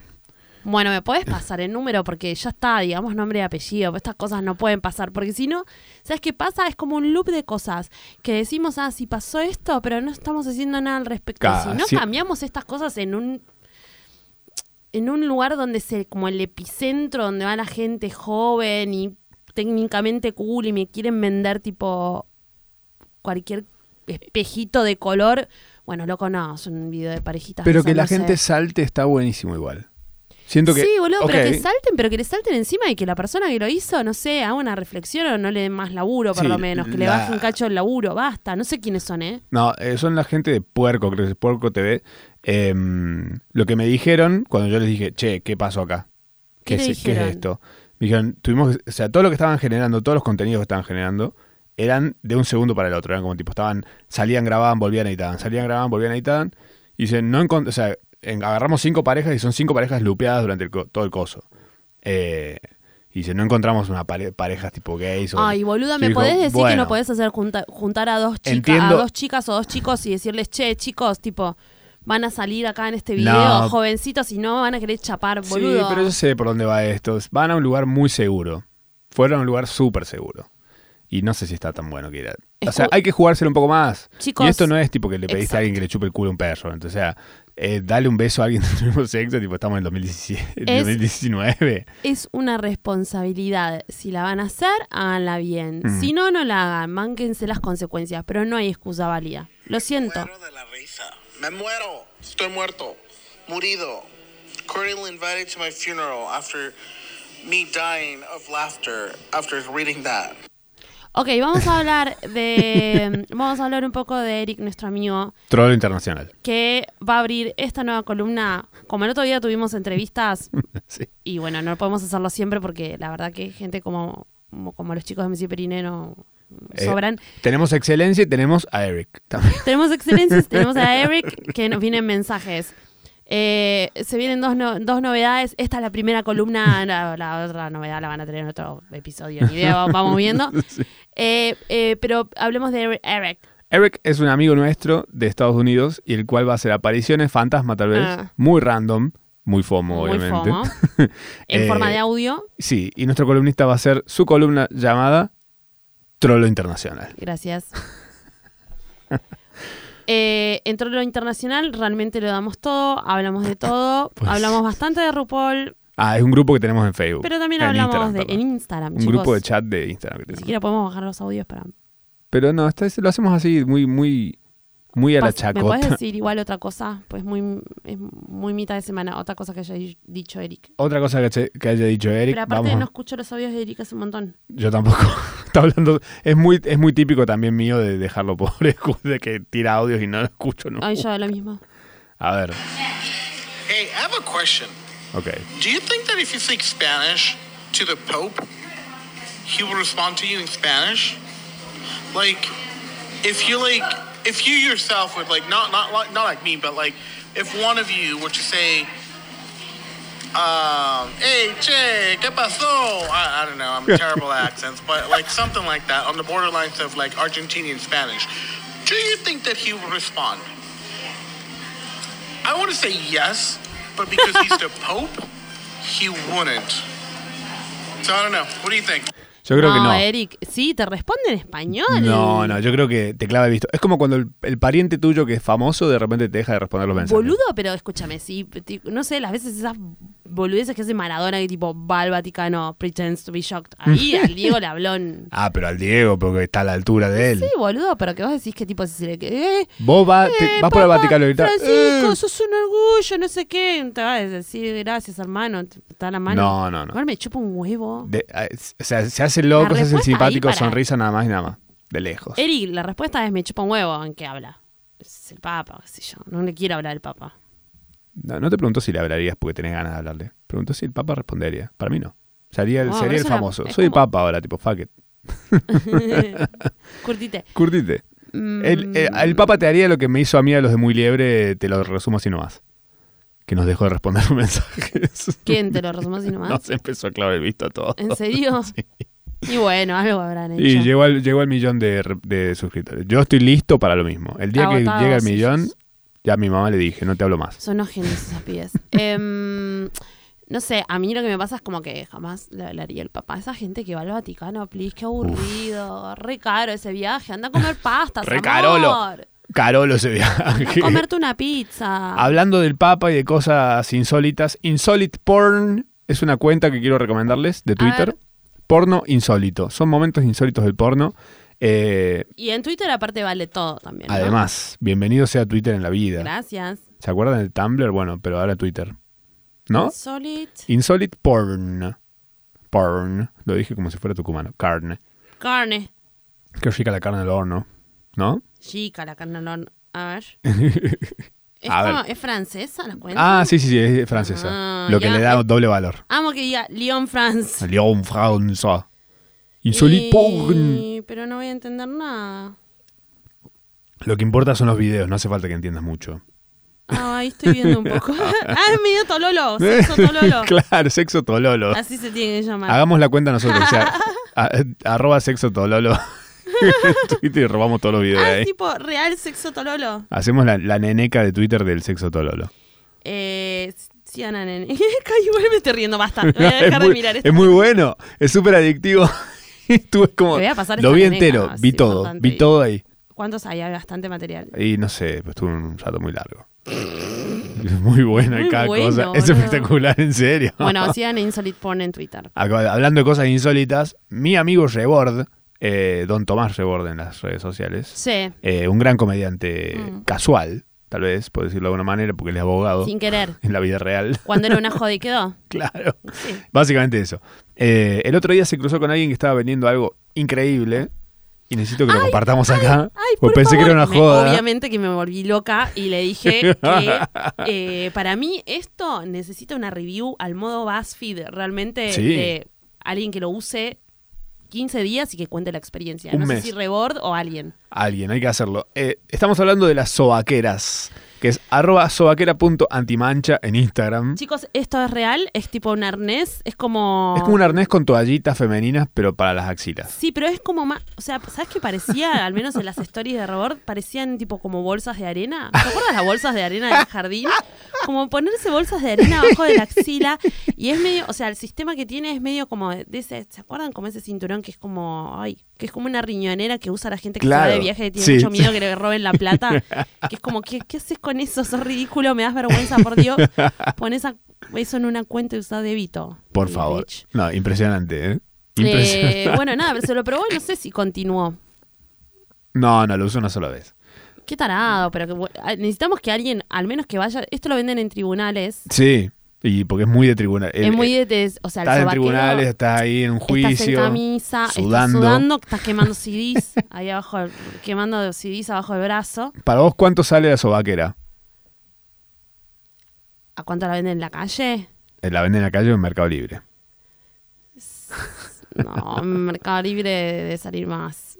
Speaker 3: Bueno, me puedes pasar el número porque ya está, digamos, nombre y apellido. pero Estas cosas no pueden pasar porque si no, ¿sabes qué pasa? Es como un loop de cosas que decimos, ah, sí pasó esto, pero no estamos haciendo nada al respecto.
Speaker 2: Ca-
Speaker 3: si no
Speaker 2: sí.
Speaker 3: cambiamos estas cosas en un en un lugar donde se como el epicentro donde va la gente joven y técnicamente cool y me quieren vender tipo cualquier espejito de color, bueno, loco, no, es un video de parejitas.
Speaker 2: Pero que la
Speaker 3: besándose.
Speaker 2: gente salte está buenísimo igual. Siento que.
Speaker 3: Sí, boludo, pero
Speaker 2: ok,
Speaker 3: que salten, pero que le salten encima y que la persona que lo hizo, no sé, haga una reflexión o no le den más laburo, por
Speaker 2: Sí,
Speaker 3: lo menos, que le
Speaker 2: la-
Speaker 3: baje un cacho el laburo, basta, no sé quiénes son, ¿eh?
Speaker 2: No, eh, son la gente de Puerco, creo que es Puerco TV. Em, lo que me dijeron cuando yo les dije, che, ¿qué pasó acá?
Speaker 3: ¿Qué
Speaker 2: es,
Speaker 3: te
Speaker 2: es
Speaker 3: dijeron?
Speaker 2: esto? Me dijeron, tuvimos, o sea, todo lo que estaban generando, todos los contenidos que estaban generando, eran de un segundo para el otro. Eran como tipo, estaban, salían, grababan, volvían, editaban, salían, grababan, volvían, editaban. Y dicen, no encon- o sea, en- agarramos cinco parejas y son cinco parejas lupeadas durante el co- todo el coso. Eh, y dicen, no encontramos una pare- parejas tipo gays o.
Speaker 3: Ay, boluda, ¿me
Speaker 2: Yo digo,
Speaker 3: podés decir que
Speaker 2: bueno.
Speaker 3: no podés hacer junta- juntar a dos, chicas a
Speaker 2: Entiendo.
Speaker 3: dos chicas o dos chicos y decirles, che, chicos, tipo, van a salir acá en este video,
Speaker 2: No.
Speaker 3: jovencitos, y no van a querer chapar, boludo?
Speaker 2: Sí, pero yo sé por dónde va esto. Van a un lugar muy seguro. Fueron a un lugar súper seguro. Y no sé si está tan bueno que ir a- O sea,
Speaker 3: Escu-
Speaker 2: hay que jugárselo un poco más.
Speaker 3: Chicos,
Speaker 2: y esto no es tipo que le pediste a
Speaker 3: exacto.
Speaker 2: alguien que le chupe el culo a un perro. Entonces, o sea, eh, dale un beso a alguien del mismo sexo. Tipo, estamos en el 2017,
Speaker 3: Es-
Speaker 2: 2019.
Speaker 3: Es una responsabilidad. Si la van a hacer, háganla bien.
Speaker 2: Mm.
Speaker 3: Si no, no la hagan. Mánquense las consecuencias, pero no hay excusa válida. Lo siento.
Speaker 4: muero de la risa. Me muero. Estoy muerto. Murido. Cordially invited to my funeral after me dying of laughter after reading that.
Speaker 3: Ok, vamos a hablar de. vamos a hablar un poco de Eric, nuestro amigo,
Speaker 2: Troll internacional.
Speaker 3: que va a abrir esta nueva columna. Como el otro día tuvimos entrevistas,
Speaker 2: sí.
Speaker 3: y bueno, no podemos hacerlo siempre porque la verdad que gente como, como, como los chicos de Messi Periné no
Speaker 2: Eh,
Speaker 3: sobran.
Speaker 2: tenemos excelencia y tenemos a Eric también.
Speaker 3: Tenemos excelencias, tenemos a Eric que nos vienen mensajes. Eh, se vienen dos, no- dos novedades. Esta es la primera columna, la, la otra novedad la van a tener en otro episodio, ni idea, vamos viendo. Eh, eh, pero hablemos de Eric- Eric.
Speaker 2: Eric es un amigo nuestro de Estados Unidos y el cual va a hacer apariciones fantasma, tal vez.
Speaker 3: Ah.
Speaker 2: Muy random. Muy fomo,
Speaker 3: Muy
Speaker 2: obviamente.
Speaker 3: fomo. En
Speaker 2: Eh,
Speaker 3: forma de audio.
Speaker 2: Sí, y nuestro columnista va a ser su columna llamada Trolo Internacional.
Speaker 3: Gracias. Eh, entró lo internacional, realmente lo damos todo, hablamos de todo,
Speaker 2: Pues-
Speaker 3: hablamos bastante de RuPaul,
Speaker 2: Ah, es un grupo que tenemos en Facebook.
Speaker 3: pero también
Speaker 2: En
Speaker 3: hablamos
Speaker 2: Instagram,
Speaker 3: de
Speaker 2: perdón.
Speaker 3: en Instagram,
Speaker 2: Un
Speaker 3: chicos.
Speaker 2: grupo de chat de Instagram que
Speaker 3: Ni
Speaker 2: tenemos.
Speaker 3: siquiera podemos bajar los audios para.
Speaker 2: Pero no, este- lo hacemos así, muy, muy, muy a la
Speaker 3: Pas- ¿Me puedes
Speaker 2: chacota.
Speaker 3: decir igual otra cosa? Pues muy, es muy mitad de semana, otra cosa que haya di- dicho Eric.
Speaker 2: Otra cosa que, che- que haya dicho Eric,
Speaker 3: Pero aparte
Speaker 2: vamos.
Speaker 3: no escucho los audios de Eric hace un montón.
Speaker 2: Yo tampoco. Está hablando. Es muy, es muy típico también mío de dejarlo pobre, de que tira audios y no lo escucho nunca.
Speaker 3: Ay, Ah, yo lo mismo.
Speaker 2: A ver,
Speaker 4: Hey, I have a question.
Speaker 2: ok.
Speaker 4: Do you think that if you speak Spanish to the Pope, he will respond to you in Spanish? Like, if you like, if you yourself would like, not not like, not like me, but like, if one of you were to say, um, "Hey, che, qué pasó?" I, I don't know, I'm terrible at accents, but like something like that on the borderlines of like Argentinian Spanish. Do you think that he will respond? I want to say yes, but because he's the Pope, he wouldn't. So I don't know. What do you think?
Speaker 2: Yo creo que no.
Speaker 3: Eric, sí, te responde en español.
Speaker 2: No, no, yo creo que te clava el visto. Es como cuando el, el pariente tuyo que es famoso de repente te deja de responder los mensajes.
Speaker 3: Boludo, pero escúchame, sí, ti- no sé, las veces esas boludeces que hace Maradona que tipo va al Vaticano, pretends to be shocked. Ahí al Diego le habló en-
Speaker 2: Ah, pero al Diego, porque está a la altura de él.
Speaker 3: Sí, boludo, pero que vos decís que tipo si se le que eh,
Speaker 2: Vos vas, te-
Speaker 3: eh,
Speaker 2: vas por el
Speaker 3: papá,
Speaker 2: Vaticano y gritas,
Speaker 3: Francisco,
Speaker 2: "Eh".
Speaker 3: sos un orgullo, no sé qué. Te vas a decir gracias, hermano, te- está la mano.
Speaker 2: No, no, no.
Speaker 3: Ahora me chupa un huevo.
Speaker 2: De- ah, es- o sea, se hace el loco,
Speaker 3: La
Speaker 2: se hace el
Speaker 3: respuesta ahí
Speaker 2: simpático,
Speaker 3: para- Eh.
Speaker 2: sonrisa nada más y nada más. De lejos.
Speaker 3: Eric, la respuesta es me chupa un huevo, ¿en qué habla? Es el Papa, qué sé yo. No le quiero hablar al Papa.
Speaker 2: No, no te pregunto si le hablarías porque tenés ganas de hablarle. Pregunto si el Papa respondería. Para mí no. Sería el,
Speaker 3: No,
Speaker 2: sería
Speaker 3: pero
Speaker 2: el
Speaker 3: es una-
Speaker 2: famoso.
Speaker 3: es
Speaker 2: Soy el
Speaker 3: como-
Speaker 2: Papa ahora, tipo, fuck it.
Speaker 3: Curtite.
Speaker 2: Curtite.
Speaker 3: Mm,
Speaker 2: El, el- el Papa te haría lo que me hizo a mí a los de Muy Liebre, te lo resumo así nomás. Que nos dejó de responder mensajes.
Speaker 3: ¿Quién te lo resumo así nomás?
Speaker 2: Nos empezó a clavar el visto a todos.
Speaker 3: ¿En serio? Y bueno, algo habrán hecho.
Speaker 2: Y llegó al, llegó al millón de, re- de suscriptores. Yo estoy listo para lo mismo. El día
Speaker 3: Agotados
Speaker 2: que llega al
Speaker 3: ellos.
Speaker 2: millón, ya a mi mamá le dije, no te hablo más.
Speaker 3: Son ojenes esas pibes. Em, no sé, a mí lo que me pasa es como que jamás le hablaría el papá. Esa gente que va al Vaticano, please, qué aburrido. Re caro ese viaje. Anda a comer pastas,
Speaker 2: Re
Speaker 3: amor.
Speaker 2: carolo. Carolo ese
Speaker 3: Anda
Speaker 2: viaje.
Speaker 3: a comerte una pizza.
Speaker 2: Hablando del Papa y de cosas insólitas, Insolid Porn es una cuenta que quiero recomendarles de Twitter.
Speaker 3: ver.
Speaker 2: Porno insólito. Son momentos insólitos del porno. Eh,
Speaker 3: Y en Twitter aparte vale todo también. ¿no?
Speaker 2: además, bienvenido sea Twitter en la vida.
Speaker 3: Gracias.
Speaker 2: ¿Se acuerdan del Tumblr? Bueno, pero ahora Twitter. ¿No?
Speaker 3: Solid
Speaker 2: Insolid Porn. Porn. Lo dije como si fuera tucumano. Carne.
Speaker 3: carne.
Speaker 2: Qué rica la carne al horno. ¿No?
Speaker 3: Chica, la carne al horno. A ver. ¿Es,
Speaker 2: A
Speaker 3: como-
Speaker 2: ver.
Speaker 3: ¿es francesa la cuenta?
Speaker 2: Ah, sí, sí, sí, es francesa.
Speaker 3: Ah,
Speaker 2: lo que
Speaker 3: ya.
Speaker 2: le da doble valor.
Speaker 3: Amo que diga Lyon, France.
Speaker 2: Lyon, Francia. Insolid
Speaker 3: Eh,
Speaker 2: Porn.
Speaker 3: Pero no voy a entender nada.
Speaker 2: Lo que importa son los videos, no hace falta que entiendas mucho.
Speaker 3: Ah, ahí estoy viendo un poco. ah, es medio tololo, sexo tololo.
Speaker 2: claro, Ah, sexo tololo.
Speaker 3: Así se tiene que llamar.
Speaker 2: Hagamos la cuenta nosotros, o sea, a- arroba sexo tololo en Twitter y robamos todos los videos de
Speaker 3: ah,
Speaker 2: ahí.
Speaker 3: es tipo real sexo tololo.
Speaker 2: Hacemos la, la neneca de Twitter del sexo tololo.
Speaker 3: Eh, sí, Ana, nene. Ay, igual me estoy riendo, basta. Voy a
Speaker 2: es,
Speaker 3: dejar de
Speaker 2: muy,
Speaker 3: mirar
Speaker 2: es
Speaker 3: esto.
Speaker 2: muy bueno, es súper adictivo. Y tú es como,
Speaker 3: Te voy a pasar
Speaker 2: lo
Speaker 3: esta
Speaker 2: vi
Speaker 3: neneca,
Speaker 2: entero,
Speaker 3: es
Speaker 2: vi todo,
Speaker 3: importante.
Speaker 2: vi todo ahí.
Speaker 3: ¿Cuántos hay? Hay bastante material.
Speaker 2: Y no sé, pues tuve un rato muy largo. Muy bueno y
Speaker 3: Muy
Speaker 2: cada
Speaker 3: bueno,
Speaker 2: cosa. Es
Speaker 3: boludo.
Speaker 2: espectacular, en serio.
Speaker 3: Bueno, sigan a Insolid Porn en Twitter.
Speaker 2: Acá, Hablando de cosas insólitas, mi amigo Rebord, eh, don Tomás Rebord en las redes sociales,
Speaker 3: Sí,
Speaker 2: eh, un gran comediante
Speaker 3: Mm.
Speaker 2: casual, tal vez, por decirlo de alguna manera, porque él es abogado
Speaker 3: sin querer.
Speaker 2: en la vida real,
Speaker 3: Cuando era una joda y quedó.
Speaker 2: claro.
Speaker 3: Sí.
Speaker 2: Básicamente eso. Eh, el otro día se cruzó con alguien que estaba vendiendo algo increíble y necesito que lo compartamos acá,
Speaker 3: Ay, por
Speaker 2: porque pensé que
Speaker 3: favor.
Speaker 2: era una
Speaker 3: Me-
Speaker 2: joda.
Speaker 3: obviamente que me volví loca y le dije que eh, para mí esto necesita una review al modo BuzzFeed, realmente
Speaker 2: Sí.
Speaker 3: de alguien que lo use 15 días y que cuente la experiencia.
Speaker 2: Un
Speaker 3: no
Speaker 2: mes.
Speaker 3: sé si Rebord o alguien.
Speaker 2: Alguien, hay que hacerlo. Eh, estamos hablando de las sobaqueras, que es arroba sobaquera.antimancha en Instagram.
Speaker 3: Chicos, esto es real, es tipo un arnés, es como...
Speaker 2: Es como un arnés con toallitas femeninas, pero para las axilas.
Speaker 3: Sí, pero es como más... O sea, ¿sabes qué parecía? Al menos en las stories de Robert, parecían tipo como bolsas de arena. ¿Te acuerdas las bolsas de arena del jardín? Como ponerse bolsas de arena abajo de la axila. Y es medio... O sea, el sistema que tiene es medio como... de ese, ¿Se acuerdan? Como ese cinturón que es como... Ay, que es como una riñonera que usa la gente que
Speaker 2: Claro.
Speaker 3: se va de viaje y tiene
Speaker 2: Sí,
Speaker 3: mucho
Speaker 2: sí.
Speaker 3: miedo que le roben la plata. Que es como, ¿qué, qué haces con eso? Sos ridículo, me das vergüenza, por Dios. Pon esa- eso en una cuenta y usa débito.
Speaker 2: Por
Speaker 3: You
Speaker 2: favor.
Speaker 3: bitch.
Speaker 2: No, impresionante, ¿eh? Impresionante.
Speaker 3: Eh, bueno, nada, pero se lo probó y no sé si continuó.
Speaker 2: No, no, lo uso una sola vez.
Speaker 3: Qué tarado, pero que, bu- ah, necesitamos que alguien, al menos que vaya, esto lo venden en tribunales.
Speaker 2: Sí, y porque es muy de tribunal. El- eh,
Speaker 3: es muy de, de- o sea, el
Speaker 2: Estás en
Speaker 3: sobaquero,
Speaker 2: tribunales, estás ahí en un juicio.
Speaker 3: Estás en camisa, estás
Speaker 2: sudando.
Speaker 3: sudando, estás quemando CDs ahí abajo, del- quemando CDs abajo del brazo.
Speaker 2: Para vos, ¿cuánto sale la sobaquera?
Speaker 3: ¿A cuánto la venden en la calle?
Speaker 2: Eh, ¿La venden en la calle o en Mercado Libre?
Speaker 3: No, en Mercado Libre debe salir más.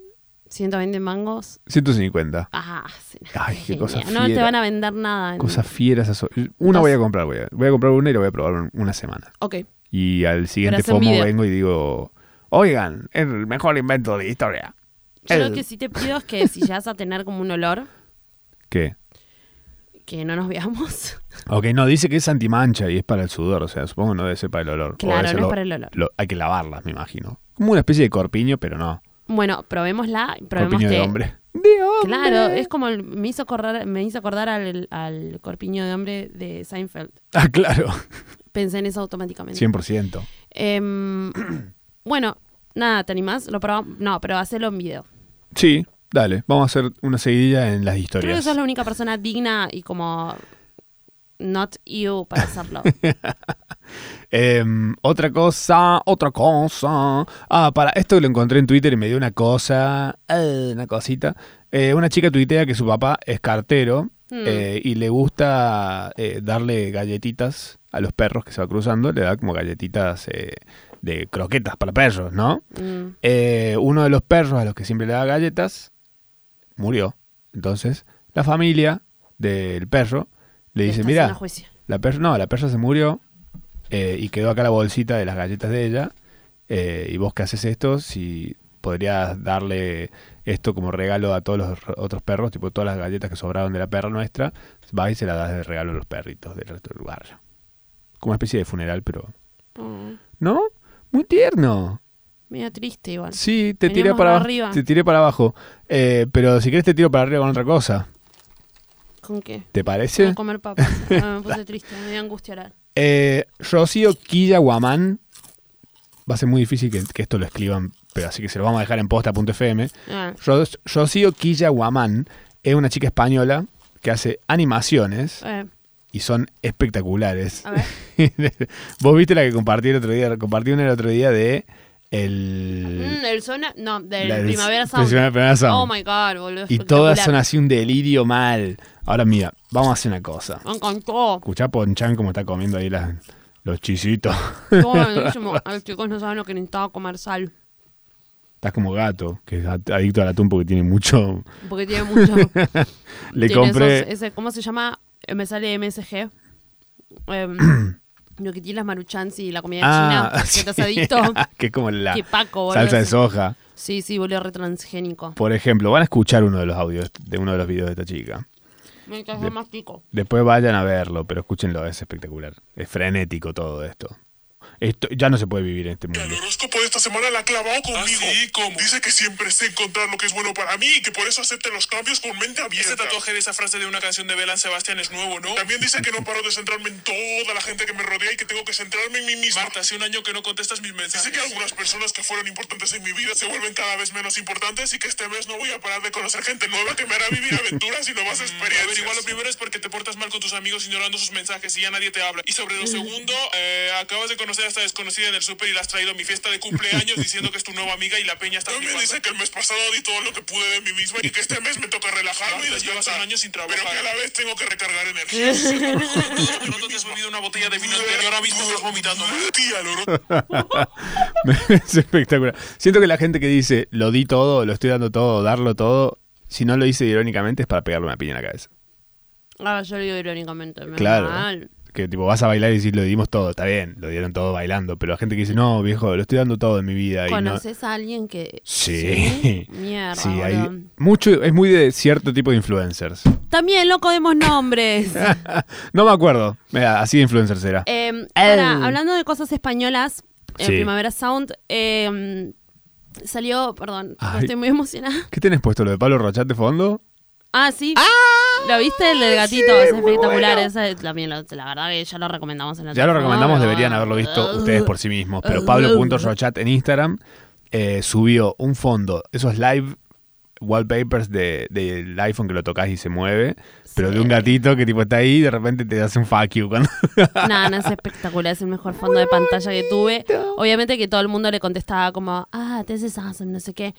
Speaker 3: 120 mangos.
Speaker 2: 150.
Speaker 3: Ah, sí,
Speaker 2: Ay, qué cosa
Speaker 3: genial. No te
Speaker 2: fiera.
Speaker 3: van a vender nada. en-
Speaker 2: Cosas fieras. esas so- Una
Speaker 3: Dos.
Speaker 2: voy a comprar, voy a, voy a comprar una y la voy a probar un- una semana.
Speaker 3: Ok.
Speaker 2: Y al siguiente
Speaker 3: Pero hacen
Speaker 2: FOMO
Speaker 3: video.
Speaker 2: vengo y digo, oigan, el mejor invento de la historia.
Speaker 3: Yo
Speaker 2: El-
Speaker 3: lo que sí te pido es que si llegas a tener como un olor,
Speaker 2: ¿Qué?
Speaker 3: que no nos veamos.
Speaker 2: Ok, no, dice que es antimancha y es para el sudor, o sea, supongo que no debe ser para el olor. O
Speaker 3: Claro,
Speaker 2: debe ser
Speaker 3: no es
Speaker 2: lo-
Speaker 3: para el olor.
Speaker 2: lo- hay que lavarlas, me imagino. Como una especie de corpiño, pero no.
Speaker 3: Bueno, probémosla. y Probemos
Speaker 2: Corpiño
Speaker 3: que,
Speaker 2: de hombre. De hombre.
Speaker 3: Claro, es como el- me hizo acordar, me hizo acordar al, al corpiño de hombre de Seinfeld.
Speaker 2: Ah, claro.
Speaker 3: Pensé en eso automáticamente.
Speaker 2: 100%.
Speaker 3: Em, bueno, nada, ¿te animás? Lo probamos. No, pero hacelo en video.
Speaker 2: Sí, dale. Vamos a hacer una seguidilla en las
Speaker 3: Creo que
Speaker 2: historias.
Speaker 3: sos la única persona digna y como not you para hacerlo.
Speaker 2: Em, otra cosa, otra cosa. Ah, para esto lo encontré en Twitter y me dio una cosa, eh, una cosita. Eh, una chica tuitea que su papá es cartero eh, y le gusta eh, darle galletitas a los perros que se va cruzando. Le da como galletitas eh, de croquetas para perros, ¿no?
Speaker 3: Mm.
Speaker 2: Eh, uno de los perros a los que siempre le da galletas murió. Entonces, la familia del perro le dice,
Speaker 3: Estás en
Speaker 2: mira,
Speaker 3: la juicio.
Speaker 2: la perra, no, la perra se murió eh, y quedó acá la bolsita de las galletas de ella. eh, y vos que haces esto, si podrías darle esto como regalo a todos los r- otros perros, tipo todas las galletas que sobraron de la perra nuestra, vas y se las das de regalo a los perritos del resto del lugar. Como una especie de funeral, pero...
Speaker 3: Mm,
Speaker 2: ¿No? Muy tierno.
Speaker 3: medio triste igual.
Speaker 2: Sí, te tiré
Speaker 3: Veníamos
Speaker 2: para
Speaker 3: más
Speaker 2: abajo.
Speaker 3: arriba.
Speaker 2: Te tiré para abajo. Eh, pero si querés te tiro para arriba con otra cosa.
Speaker 3: ¿Con qué?
Speaker 2: ¿Te parece?
Speaker 3: A comer papas. Ah, me puse triste, me dio angustia orar.
Speaker 2: Eh, Rocío Quilla Guamán. Va a ser muy difícil que, que esto lo escriban, pero así que se lo vamos a dejar en posta.fm.
Speaker 3: Ah,
Speaker 2: Ro- Rocío Quilla Guamán es una chica española que hace animaciones
Speaker 3: eh,
Speaker 2: y son espectaculares.
Speaker 3: a ver.
Speaker 2: Vos viste la que compartí el otro día, compartí una el otro día de el
Speaker 3: Mm, el zona, no, del
Speaker 2: la del-
Speaker 3: Primavera Sound.
Speaker 2: Primavera- Primavera Sound.
Speaker 3: Oh my god, boludo.
Speaker 2: y todas
Speaker 3: espectacular.
Speaker 2: son así un delirio mal. Ahora mira, vamos a hacer una cosa.
Speaker 3: Me encantó.
Speaker 2: Escuchá Ponchan como está comiendo ahí las- los chisitos.
Speaker 3: Todo buenísimo. Ay, chicos, no saben lo que necesitaba comer sal.
Speaker 2: Estás como gato, que es ad- adicto al atún porque tiene mucho.
Speaker 3: Porque tiene mucho.
Speaker 2: Le
Speaker 3: tiene
Speaker 2: compré.
Speaker 3: esos- ese, ¿Cómo se llama? Eh, Me sale MSG. Em, lo que tiene las maruchans y la comida china. Que estás
Speaker 2: Ah, sí. ah,
Speaker 3: adicto.
Speaker 2: que es como la
Speaker 3: Qué paco, boludo.
Speaker 2: salsa de soja.
Speaker 3: Sí, sí, boludo, retransgénico.
Speaker 2: Por ejemplo, van a escuchar uno de los audios de uno de los videos de esta chica.
Speaker 3: Mientras
Speaker 2: De-
Speaker 3: yo mastico.
Speaker 2: Después vayan a verlo, pero escúchenlo, es espectacular. Es frenético todo esto. Esto ya no se puede vivir en este
Speaker 5: El
Speaker 2: mundo.
Speaker 5: horóscopo de esta semana la ha clavado
Speaker 4: Ah,
Speaker 5: conmigo. Dice que siempre sé encontrar lo que es bueno para mí y que por eso acepte los cambios con mente
Speaker 6: Ese
Speaker 5: abierta.
Speaker 6: tatuaje de esa frase de una canción de Belan Sebastián es nuevo, ¿no?
Speaker 5: También dice que no paro de centrarme en toda la gente que me rodea y que tengo que centrarme en mí misma.
Speaker 6: Marta, hace un año que no contestas mis mensajes.
Speaker 5: Dice que algunas personas que fueron importantes en mi vida se vuelven cada vez menos importantes y que este mes no voy a parar de conocer gente nueva que me hará vivir aventuras y nuevas
Speaker 6: A ver,
Speaker 5: experiencias.
Speaker 6: igual lo primero es porque te portas mal con tus amigos ignorando sus mensajes y ya nadie te habla. Y sobre lo segundo, eh, acabas de conocer a esta desconocida en el súper y la has traído a mi fiesta de cumpleaños diciendo que es tu nueva amiga y la peña está
Speaker 5: También
Speaker 6: flipando.
Speaker 5: dice que el mes pasado di todo lo que pude de mí misma y que este mes me toca relajarme y
Speaker 6: Marta, llevas
Speaker 5: descansar.
Speaker 6: un año sin trabajar.
Speaker 5: Pero que a la vez tengo que recargar energía.
Speaker 6: De pronto te has bebido una botella de vino entero y ahora mismo estás vomitando.
Speaker 5: Tía, el horóscopo
Speaker 2: es espectacular. Siento que la gente que dice lo di todo, lo estoy dando todo, darlo todo, si no lo hice irónicamente es para pegarle una piña en la cabeza.
Speaker 3: Ah, yo lo digo irónicamente. menos
Speaker 2: Claro.
Speaker 3: mal.
Speaker 2: Que tipo, vas a bailar y decís, lo dimos todo, está bien, lo dieron todo bailando, pero la gente que dice, no, viejo, lo estoy dando todo en mi vida. Y no...
Speaker 3: ¿Conoces a alguien que.?
Speaker 2: Sí.
Speaker 3: Mierda.
Speaker 2: Sí,
Speaker 3: boludo.
Speaker 2: hay mucho, es muy de cierto tipo de influencers.
Speaker 3: También loco demos nombres.
Speaker 2: no me acuerdo, Mira, así de influencer será.
Speaker 3: Eh, ahora, hablando de cosas españolas, en
Speaker 2: Sí.
Speaker 3: Primavera Sound eh, salió, perdón,
Speaker 2: Ay.
Speaker 3: estoy muy emocionada.
Speaker 2: ¿Qué tenés puesto? ¿Lo de Pablo Rochate de fondo?
Speaker 3: Ah, sí. ¿Lo viste? El del gatito, es espectacular. Ese también, lo- la verdad que ya lo recomendamos en la
Speaker 2: Ya lo
Speaker 3: temporada.
Speaker 2: recomendamos, deberían haberlo visto ustedes por sí mismos. Pero Pablo.rochat en Instagram eh, subió un fondo, esos live wallpapers de- del iPhone que lo tocas y se mueve, pero de un gatito que tipo está ahí y de repente te hace un fuck you. Cuando...
Speaker 3: Nada, no es espectacular, es el mejor fondo de pantalla que tuve. Obviamente que todo el mundo le contestaba como, ah, this is awesome, no sé qué.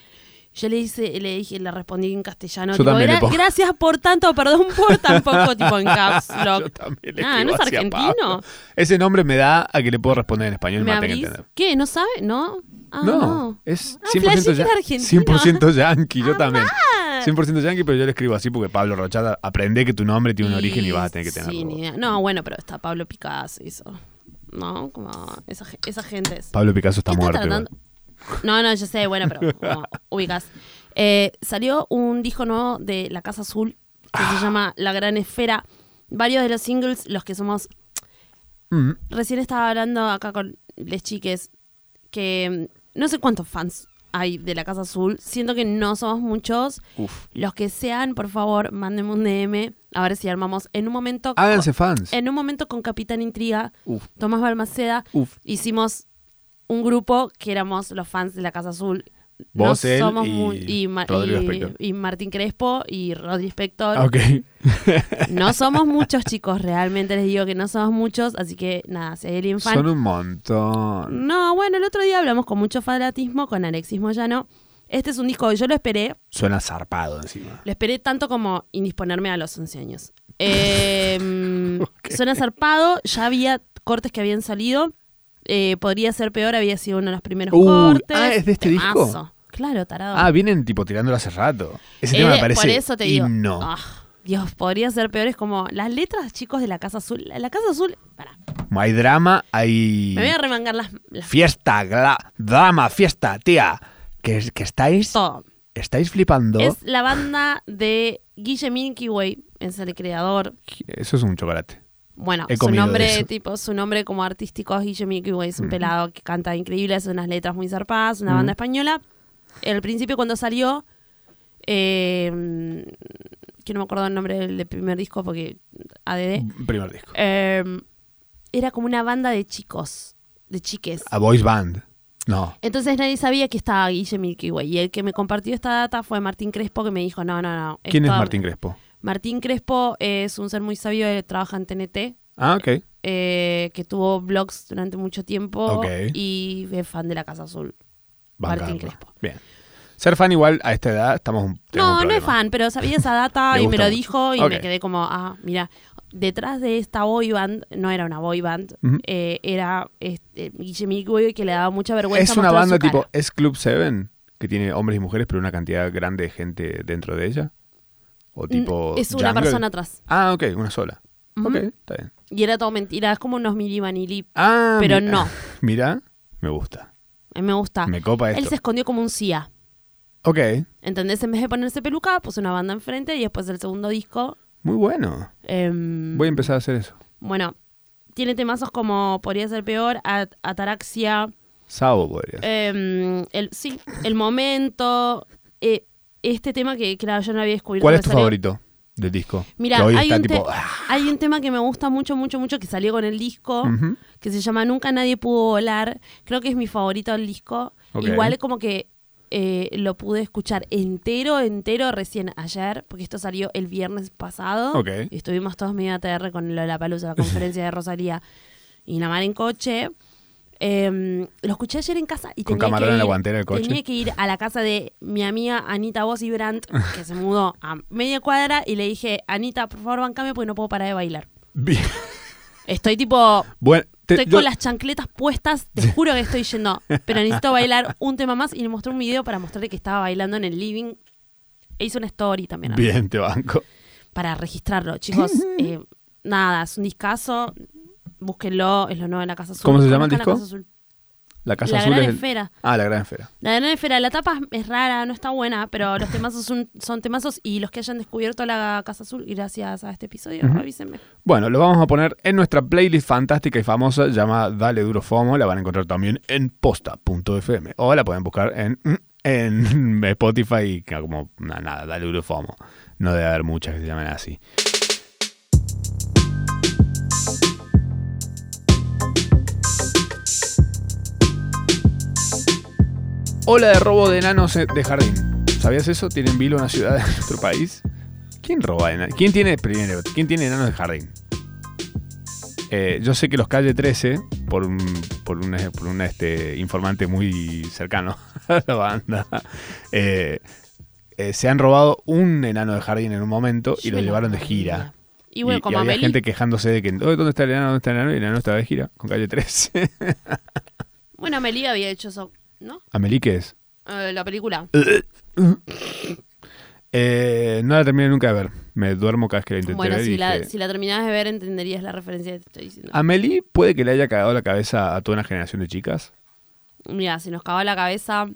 Speaker 3: Yo le hice, le dije, le respondí en castellano,
Speaker 2: Yo
Speaker 3: tipo,
Speaker 2: también le
Speaker 3: "Gra-
Speaker 2: pongo-
Speaker 3: gracias por tanto, perdón por tan poco, tipo en caps lock.
Speaker 2: Yo también le
Speaker 3: Ah,
Speaker 2: escribo
Speaker 3: no
Speaker 2: así
Speaker 3: es
Speaker 2: a
Speaker 3: argentino.
Speaker 2: Pablo. Ese nombre me da a que le puedo responder en español,
Speaker 3: ¿Me
Speaker 2: más tengo que
Speaker 3: abrís?
Speaker 2: entender.
Speaker 3: ¿Qué? ¿No sabe? ¿No? Ah,
Speaker 2: no,
Speaker 3: no.
Speaker 2: es
Speaker 3: Ah,
Speaker 2: 100%
Speaker 3: flashé que era
Speaker 2: ya-
Speaker 3: argentino. Ah,
Speaker 2: 100% yankee, yo también.
Speaker 3: Amá.
Speaker 2: 100% yankee, pero yo le escribo así porque Pablo Rochata aprende que tu nombre tiene un origen y vas a tener que tenerlo.
Speaker 3: Sí, ni
Speaker 2: vos.
Speaker 3: idea. No, bueno, pero está Pablo Picasso y eso. ¿No? Como esa, ge- esa gente es...
Speaker 2: Pablo Picasso está
Speaker 3: ¿Qué
Speaker 2: muerto.
Speaker 3: tratando?
Speaker 2: igual.
Speaker 3: No, no, yo sé, bueno, pero como ubicas. Eh, salió un disco nuevo de La Casa Azul que se llama La Gran Esfera. Varios de los singles, los que somos.
Speaker 2: Mm.
Speaker 3: Recién estaba hablando acá con les chiques que mm, no sé cuántos fans hay de La Casa Azul. Siento que no somos muchos.
Speaker 2: Uf.
Speaker 3: Los que sean, por favor, mándenme un DM. A ver si armamos en un momento.
Speaker 2: Háganse fans.
Speaker 3: Oh, En un momento con Capitán Intriga,
Speaker 2: Uf.
Speaker 3: Tomás Balmaceda,
Speaker 2: Uf.
Speaker 3: hicimos un grupo que éramos los fans de la Casa Azul.
Speaker 2: Vos, él y
Speaker 3: Ma-
Speaker 2: Rodrigo
Speaker 3: y-
Speaker 2: Spector.
Speaker 3: y Martín Crespo y Rodri Spector.
Speaker 2: Ah, Ok.
Speaker 3: No somos muchos, chicos. Realmente les digo que no somos muchos. Así que nada, si hay alguien fan.
Speaker 2: Son un montón.
Speaker 3: No, bueno, el otro día hablamos con mucho fanatismo con Alexis Moyano. Este es un disco que yo lo esperé.
Speaker 2: Suena zarpado encima.
Speaker 3: Lo esperé tanto como indisponerme a los 11 años. Eh, Suena zarpado, ya había cortes que habían salido. Eh, podría ser peor, había sido uno de los primeros
Speaker 2: Uy,
Speaker 3: cortes.
Speaker 2: ah, ¿es de este
Speaker 3: Temazo.
Speaker 2: disco?
Speaker 3: Claro, tarado.
Speaker 2: Ah, vienen tipo tirándolo hace rato. Ese
Speaker 3: Oh. Eh,
Speaker 2: tema me parece
Speaker 3: por eso te digo.
Speaker 2: himno.
Speaker 3: ah, Dios, podría ser peor. Es como las letras, chicos, de la Casa Azul. La, la Casa Azul. Pará,
Speaker 2: Hay drama, hay
Speaker 3: me voy a remangar las. las-
Speaker 2: fiesta, gla- drama, fiesta, tía. Que, que estáis,
Speaker 3: todo.
Speaker 2: estáis flipando.
Speaker 3: Oh. Es la banda de Guille Milky Way. Es el creador.
Speaker 2: Eso es un chocolate.
Speaker 3: Bueno,
Speaker 2: He
Speaker 3: su
Speaker 2: comido de
Speaker 3: nombre,
Speaker 2: eso.
Speaker 3: tipo, su nombre como artístico es Guille Milky Way, es un pelado que canta increíble, hace unas letras muy zarpadas, una banda española. Al principio cuando salió, eh, que no me acuerdo el nombre del del primer disco porque ADD,
Speaker 2: Primer disco.
Speaker 3: eh, era como una banda de chicos, de chiques.
Speaker 2: A voice band. No.
Speaker 3: Entonces nadie sabía que estaba Guille Milky Way y el que me compartió esta data fue Martín Crespo que me dijo, no, no, no.
Speaker 2: ¿Quién es
Speaker 3: esto-
Speaker 2: Martín Crespo?
Speaker 3: Martín Crespo es un ser muy sabio, él trabaja en TNT,
Speaker 2: Ah, ok.
Speaker 3: eh, que tuvo blogs durante mucho tiempo
Speaker 2: Ok.
Speaker 3: y es fan de la Casa Azul. Martín
Speaker 2: Bancarlo.
Speaker 3: Crespo.
Speaker 2: Bien. Ser fan igual a esta edad estamos un- tenemos un
Speaker 3: No, no es
Speaker 2: problema.
Speaker 3: fan, pero sabía esa data
Speaker 2: Le
Speaker 3: y me
Speaker 2: gusta
Speaker 3: lo
Speaker 2: mucho.
Speaker 3: dijo y
Speaker 2: Ok.
Speaker 3: me quedé como, ah, mira, detrás de esta boy band, no era una boy band,
Speaker 2: Ujú.
Speaker 3: eh, era este, Guille Miguel que le daba mucha vergüenza.
Speaker 2: Es una
Speaker 3: mostrar
Speaker 2: banda
Speaker 3: su cara.
Speaker 2: tipo, es Club Seven, que tiene hombres y mujeres, pero una cantidad grande de gente dentro de ella. O tipo.
Speaker 3: Mm, Es una
Speaker 2: Jungle.
Speaker 3: persona atrás.
Speaker 2: Ah, ok, una sola. Ok, está bien.
Speaker 3: Y era todo mentira, es como unos mini vanilli.
Speaker 2: Ah,
Speaker 3: Pero
Speaker 2: mi-
Speaker 3: no.
Speaker 2: Mira, me gusta.
Speaker 3: A mí eh, me gusta.
Speaker 2: Me copa
Speaker 3: Él
Speaker 2: esto.
Speaker 3: se escondió como un CIA.
Speaker 2: Ok,
Speaker 3: ¿Entendés? En vez de ponerse peluca, puso una banda enfrente y después del segundo disco.
Speaker 2: muy bueno.
Speaker 3: em,
Speaker 2: Voy a empezar a hacer eso.
Speaker 3: Bueno, tiene temazos como Podría ser peor, At- Ataraxia,
Speaker 2: Sabo podría ser.
Speaker 3: em, el, sí, El Momento, eh, este tema que claro, yo Eh, no había descubierto.
Speaker 2: ¿Cuál
Speaker 3: que
Speaker 2: es tu
Speaker 3: salió.
Speaker 2: favorito del disco?
Speaker 3: Mira,
Speaker 2: Que hoy
Speaker 3: hay
Speaker 2: está
Speaker 3: un, te-
Speaker 2: tipo. ah,
Speaker 3: hay un tema que me gusta mucho, mucho, mucho que salió con el disco,
Speaker 2: Ujú.
Speaker 3: que se llama Nunca Nadie Pudo Volar. Creo que es mi favorito del disco.
Speaker 2: Ok.
Speaker 3: Igual como que eh, lo pude escuchar entero, entero recién ayer, porque esto salió el viernes pasado.
Speaker 2: Ok.
Speaker 3: Y estuvimos todos medio ATR con lo de la palusa, la conferencia de Rosalía y Namar en coche. Eh, lo escuché ayer en casa y
Speaker 2: Con
Speaker 3: tenía
Speaker 2: camarón
Speaker 3: que
Speaker 2: en la
Speaker 3: ir-
Speaker 2: guantera del coche.
Speaker 3: Tenía que ir a la casa de mi amiga Anita Bossi Brandt, que se mudó a media cuadra, y le dije, Anita, por favor, bancame porque no puedo parar de bailar.
Speaker 2: bien.
Speaker 3: Estoy tipo,
Speaker 2: Bueno, te-
Speaker 3: estoy
Speaker 2: yo-
Speaker 3: con las chancletas puestas, te juro que estoy yendo, pero necesito bailar un tema más y le mostré un video para mostrarle que estaba bailando en el living. E hice una story también.
Speaker 2: Bien, te banco.
Speaker 3: para registrarlo, chicos. eh, nada, es un discazo. Búsquenlo, es lo nuevo en la Casa Azul.
Speaker 2: ¿Cómo se llama el
Speaker 3: Conozcan
Speaker 2: disco?
Speaker 3: La Casa Azul.
Speaker 2: La Casa
Speaker 3: La
Speaker 2: Azul
Speaker 3: Gran
Speaker 2: es el-
Speaker 3: Esfera.
Speaker 2: Ah, la Gran Esfera.
Speaker 3: La Gran Esfera, la tapa es rara, no está buena, pero los temazos son, son temazos y los que hayan descubierto la Casa Azul, gracias a este episodio, avísenme.
Speaker 2: Bueno, lo vamos a poner en nuestra playlist fantástica y famosa llamada Dale Duro FOMO. La van a encontrar también en posta.fm o la pueden buscar en, mm, en Spotify que como na- nada, Dale Duro FOMO. No debe haber muchas que se llamen así. Ola de robo de enanos eh, de jardín. ¿Sabías eso? ¿Tienen vilo una ciudad de nuestro país? ¿Quién roba enanos? ¿Quién tiene primero? ¿Quién tiene enanos de jardín? Eh, yo sé que los calle 13, por un, por un, por un, este, informante muy cercano a la banda, eh, eh, se han robado un enano de jardín en un momento y
Speaker 3: Yo
Speaker 2: lo
Speaker 3: me la
Speaker 2: llevaron de
Speaker 3: comía.
Speaker 2: gira.
Speaker 3: Y bueno, como
Speaker 2: había
Speaker 3: Amelie-
Speaker 2: gente quejándose de que, "Oh, ¿dónde está el enano? ¿Dónde está el enano? Y el enano estaba de gira con calle 13.
Speaker 3: Bueno, Amelie había hecho eso, ¿no?
Speaker 2: Amelie, ¿qué es?
Speaker 3: Eh, la película.
Speaker 2: Eh, no la terminé nunca de ver. Me duermo cada vez que la intenté
Speaker 3: Bueno,
Speaker 2: ver. y
Speaker 3: si la,
Speaker 2: dije, Ah.
Speaker 3: si la terminabas de ver, entenderías la referencia que te estoy diciendo.
Speaker 2: Amelie puede que le haya cagado la cabeza a toda una generación de chicas.
Speaker 3: Mira, si nos cagó la cabeza,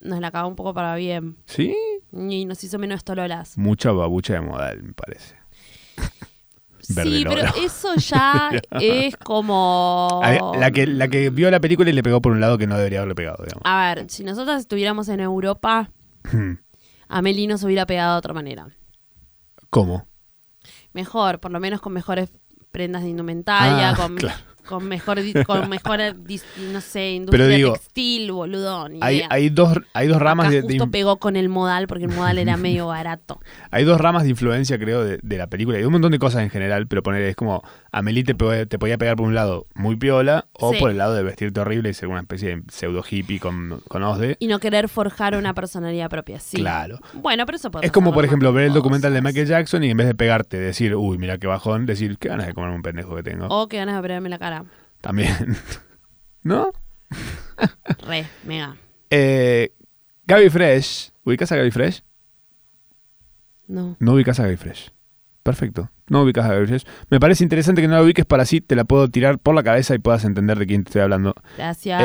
Speaker 3: nos la cagó un poco para bien.
Speaker 2: ¿Sí?
Speaker 3: Y nos hizo menos tololas.
Speaker 2: Mucha babucha de modal, me parece. Verde
Speaker 3: Sí, pero
Speaker 2: logro.
Speaker 3: eso ya es como...
Speaker 2: A- La, que, la que vio la película y le pegó por un lado que no debería haberle pegado, digamos.
Speaker 3: A ver, si nosotras estuviéramos en Europa, Hmm. Amelie nos hubiera pegado de otra manera.
Speaker 2: ¿Cómo?
Speaker 3: Mejor, por lo menos con mejores prendas de indumentaria,
Speaker 2: Ah,
Speaker 3: con,
Speaker 2: claro.
Speaker 3: con mejor, di- con mejor dis- no sé, industria
Speaker 2: Pero digo,
Speaker 3: textil, boludo, ni
Speaker 2: Hay,
Speaker 3: idea.
Speaker 2: hay dos, hay dos ramas
Speaker 3: Acá
Speaker 2: de, de
Speaker 3: justo
Speaker 2: in-
Speaker 3: pegó con el modal porque el modal era medio barato.
Speaker 2: hay dos ramas de influencia, creo, de, de la película. Hay un montón de cosas en general, pero poner es como Amelie te, po- te podía pegar por un lado muy piola o
Speaker 3: Sí.
Speaker 2: por el lado de vestirte horrible y ser una especie de pseudo hippie con, con osde.
Speaker 3: Y no querer forjar una personalidad propia, sí.
Speaker 2: Claro.
Speaker 3: Bueno, pero eso puede
Speaker 2: Es
Speaker 3: pasar
Speaker 2: como, por
Speaker 3: un
Speaker 2: ejemplo,
Speaker 3: montón
Speaker 2: ver el documental de
Speaker 3: cosas.
Speaker 2: Michael Jackson y en vez de pegarte, decir, uy, mira qué bajón, decir, qué ganas de comerme un pendejo que tengo.
Speaker 3: O que Oh, ganas de operarme la cara.
Speaker 2: También. ¿No?
Speaker 3: Re, mega.
Speaker 2: Eh, Gaby Fresh. ¿Ubicas a Gaby Fresh?
Speaker 3: No.
Speaker 2: No ubicas a Gaby Fresh. Perfecto. No ubicas a Gaby Fresh. Me parece interesante que no la ubiques para así te la puedo tirar por la cabeza y puedas entender de quién te estoy hablando.
Speaker 3: Gracias.